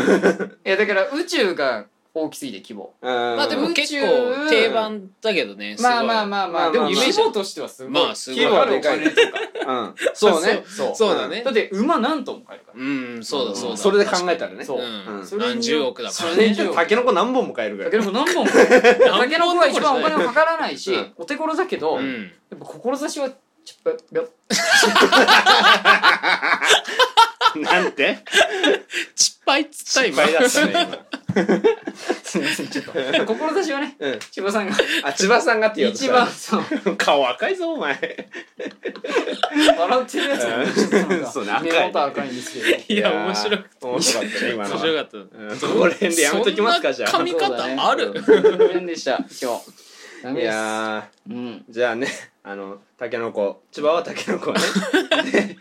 Speaker 3: いやだから宇宙が大きすぎて規模
Speaker 2: あでも結構定番だけどねすごい
Speaker 3: まあまあまあま
Speaker 1: ま
Speaker 3: あ
Speaker 1: あ
Speaker 3: でも
Speaker 1: まあまあ
Speaker 3: 規模としてはすごい、
Speaker 2: まあすごい
Speaker 3: 規模あるお金とか
Speaker 1: うんそうね
Speaker 3: そう
Speaker 2: そうだね
Speaker 3: だって馬何頭も買えるから、
Speaker 2: うんそうだそうだ
Speaker 1: それで考えたらね
Speaker 3: そう、
Speaker 2: うん
Speaker 1: うん
Speaker 3: それに
Speaker 2: 何十億だから
Speaker 3: それ
Speaker 2: ね
Speaker 3: に10億
Speaker 1: タケノコ何本も買えるから
Speaker 3: タケノコ何本も買えるタケノコは一番お金もかからないし、
Speaker 1: うん
Speaker 3: お手頃だけど、
Speaker 2: う
Speaker 3: や
Speaker 2: ん
Speaker 3: っぱ志はちょっとや
Speaker 1: なんて
Speaker 2: 失敗っつった
Speaker 1: いっぱ
Speaker 2: 今
Speaker 1: いだったね
Speaker 3: すいませんちょっと志はね
Speaker 1: 今うん
Speaker 3: 千葉さんが
Speaker 1: あ千葉さんがって言おうとし
Speaker 3: 一
Speaker 1: た
Speaker 3: 番そう
Speaker 1: 顔赤いぞお前
Speaker 3: 笑ってるやつがちょっとなん か
Speaker 1: そうね赤い
Speaker 3: 目元赤いんですけど
Speaker 2: いや面白く
Speaker 1: 面白かったね今の
Speaker 2: 面
Speaker 1: は
Speaker 2: 白かった
Speaker 1: うんここら辺でやめときますかじゃ
Speaker 2: そん
Speaker 1: あ
Speaker 2: な髪型ある
Speaker 3: ごめんでした今日ダ
Speaker 1: い
Speaker 3: メです
Speaker 1: や
Speaker 3: うん
Speaker 1: ーじゃあね あのタケノコ千葉はタケノコねで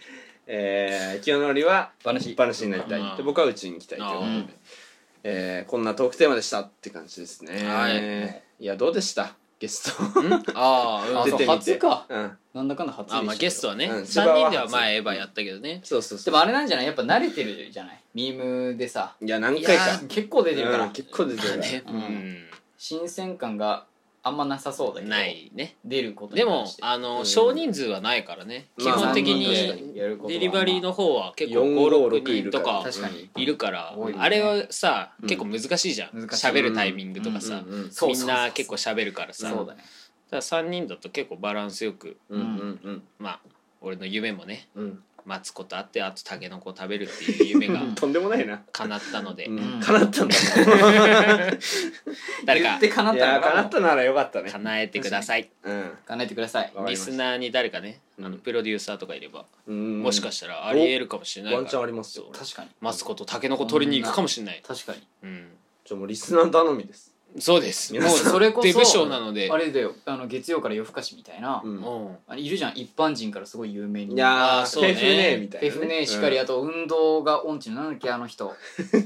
Speaker 1: えー清則は
Speaker 3: 話
Speaker 1: っぱなしになりたい
Speaker 2: うん
Speaker 1: で僕はうちに行きたいということ
Speaker 2: う
Speaker 1: で
Speaker 2: ん
Speaker 1: えーこんなトークテーマでしたって感じですね
Speaker 2: はい
Speaker 1: やどうでしたゲスト
Speaker 2: あ
Speaker 3: あ
Speaker 2: あ
Speaker 1: 出
Speaker 3: そう
Speaker 1: てみて
Speaker 3: 初か
Speaker 1: うん
Speaker 3: なんだかんだ初でした
Speaker 2: あまあゲストはね
Speaker 1: うん
Speaker 2: 3人では前エヴァやったけどね
Speaker 1: そうそう
Speaker 3: で
Speaker 1: そう
Speaker 3: もあれなんじゃないやっぱ慣れてるじゃないミームでさ
Speaker 1: いや何回
Speaker 2: いや
Speaker 1: か
Speaker 2: ー
Speaker 3: 結構出てるから、
Speaker 1: うん結構出てるから
Speaker 2: ね
Speaker 3: うん新鮮感があんまなさそうだ
Speaker 2: う
Speaker 3: け
Speaker 2: ん
Speaker 3: ど
Speaker 2: ないね
Speaker 3: 出ることに
Speaker 2: でも
Speaker 3: 関して
Speaker 2: あの、
Speaker 1: うん
Speaker 2: 少人数はないからね基
Speaker 1: まあ
Speaker 2: 本的
Speaker 1: まあ確か
Speaker 2: に
Speaker 3: やることは
Speaker 2: デリバリーの方は結構
Speaker 1: 456
Speaker 2: 56人と
Speaker 1: いる
Speaker 2: か
Speaker 1: ら
Speaker 3: 確かに
Speaker 2: いるから
Speaker 3: 多いね
Speaker 2: あれはさ
Speaker 1: うん
Speaker 2: 結構難しいじゃん
Speaker 3: 難しい
Speaker 2: 喋るタイミングとか
Speaker 1: う
Speaker 2: さ
Speaker 1: んうん
Speaker 3: そう
Speaker 2: みんな
Speaker 3: そう
Speaker 2: 結構喋るからさ
Speaker 3: そうだね
Speaker 2: ただ3人だと結構バランスよく
Speaker 1: うんうんうん
Speaker 2: まあ俺の夢もね
Speaker 1: うん
Speaker 2: 待つことあってあとタケノコを食べるっていう夢が
Speaker 4: とんでもないな
Speaker 2: 叶ったので、
Speaker 1: うん
Speaker 3: うん
Speaker 1: 叶ったんだ
Speaker 2: 誰
Speaker 3: 言
Speaker 2: か
Speaker 3: って叶
Speaker 1: い
Speaker 3: った
Speaker 1: や
Speaker 3: のか
Speaker 1: 叶ったならよかったね
Speaker 2: 叶えてください
Speaker 1: うん
Speaker 3: 叶えてください
Speaker 1: わかり
Speaker 2: リ
Speaker 1: ました
Speaker 2: スナーに誰かね
Speaker 1: う
Speaker 2: あの
Speaker 1: ん
Speaker 2: プロデューサーとかいれば、
Speaker 1: うん
Speaker 2: もしかしたらありえるかもしれない
Speaker 1: ワン
Speaker 2: か
Speaker 1: チャ
Speaker 2: ら
Speaker 1: ンありますよ
Speaker 3: 確かに
Speaker 2: 待つことタケノコ取りに行くかもしれない、
Speaker 3: 確かに
Speaker 2: うん、
Speaker 1: ちょもうリスナー頼みです
Speaker 2: そうですも
Speaker 1: 皆
Speaker 2: う
Speaker 1: さん
Speaker 2: そ
Speaker 3: そ
Speaker 2: れ
Speaker 3: れ
Speaker 2: こ
Speaker 3: こ
Speaker 2: そ
Speaker 3: そ
Speaker 2: デブ賞なので
Speaker 3: あれだよあの月曜から夜更かしみたいな、
Speaker 1: うん
Speaker 2: うん
Speaker 3: あれいるじゃん一般人からすごい有名に
Speaker 1: いや
Speaker 2: あー
Speaker 1: ー
Speaker 2: そう
Speaker 1: ペ
Speaker 2: ね
Speaker 1: フねみたいな
Speaker 3: ペフねしっかりあと運動が音痴のなんだっけあ の人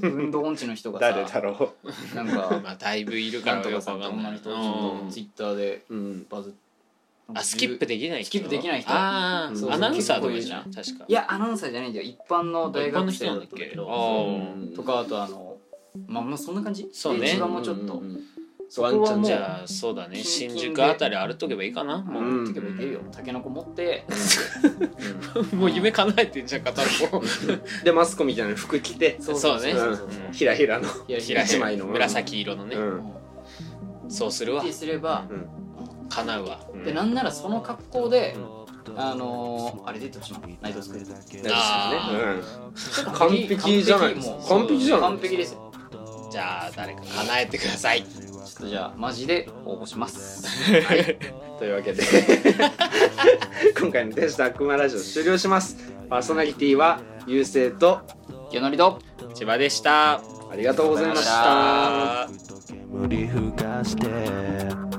Speaker 3: 運動音痴の人がさ
Speaker 1: 誰だろ
Speaker 3: なんか
Speaker 2: まあだいぶいるか
Speaker 3: なん
Speaker 2: ら
Speaker 3: と
Speaker 2: よ
Speaker 3: か
Speaker 2: くわ
Speaker 3: さん
Speaker 2: か
Speaker 3: と
Speaker 2: んな
Speaker 3: 女
Speaker 2: い
Speaker 3: の人
Speaker 2: うん
Speaker 3: ツイッターで
Speaker 1: ううん
Speaker 3: バズって
Speaker 2: あスキップできない人
Speaker 3: スキップできない人
Speaker 2: あ
Speaker 1: そう
Speaker 2: あアナウンサーとかじゃん確か
Speaker 3: いやアナウンサーじゃないんだよ一般の大学生
Speaker 2: 一般の人な
Speaker 3: だ
Speaker 2: んだ
Speaker 3: った
Speaker 2: っ
Speaker 3: ん
Speaker 2: け
Speaker 3: だけど
Speaker 1: うん
Speaker 3: とかあとあのまあまあそんな感じ
Speaker 2: そうね
Speaker 3: で一番もうちょっと、
Speaker 1: んんん
Speaker 3: そこはもう
Speaker 2: じゃあそうだね新
Speaker 3: 近々で
Speaker 2: 宿あたり歩いとけばいいかなもう、
Speaker 1: うん
Speaker 3: 持ってけばいけるよタケノコ 持って
Speaker 2: もう夢叶えてんじゃん片方
Speaker 1: でマスコみたいな服着て
Speaker 3: そう
Speaker 2: そうね
Speaker 1: そう
Speaker 3: そうそう
Speaker 2: うん
Speaker 1: ひらひらの
Speaker 3: いや
Speaker 2: 平
Speaker 1: 一枚
Speaker 2: 井
Speaker 1: の
Speaker 2: 紫色のね、
Speaker 1: うん
Speaker 2: そうする
Speaker 3: っ
Speaker 2: わ
Speaker 3: てすれば、
Speaker 2: 叶うわ
Speaker 1: うん
Speaker 3: でなんならその格好で、あのー、あれ出てほしいなナイトスクール
Speaker 2: あー
Speaker 1: うん完璧じゃないですか完璧じゃない
Speaker 3: 完璧ですよ
Speaker 2: じゃあ誰か叶えてください
Speaker 3: ちょっとじゃあマジで応募します
Speaker 1: というわけで 今回の「天使と悪魔ラジオ」終了しますパーソナリティは優勢と
Speaker 3: よのりと
Speaker 2: 千葉でした
Speaker 1: ありがとうございまし
Speaker 3: ありがとうございました
Speaker 1: た
Speaker 5: 煙ふかして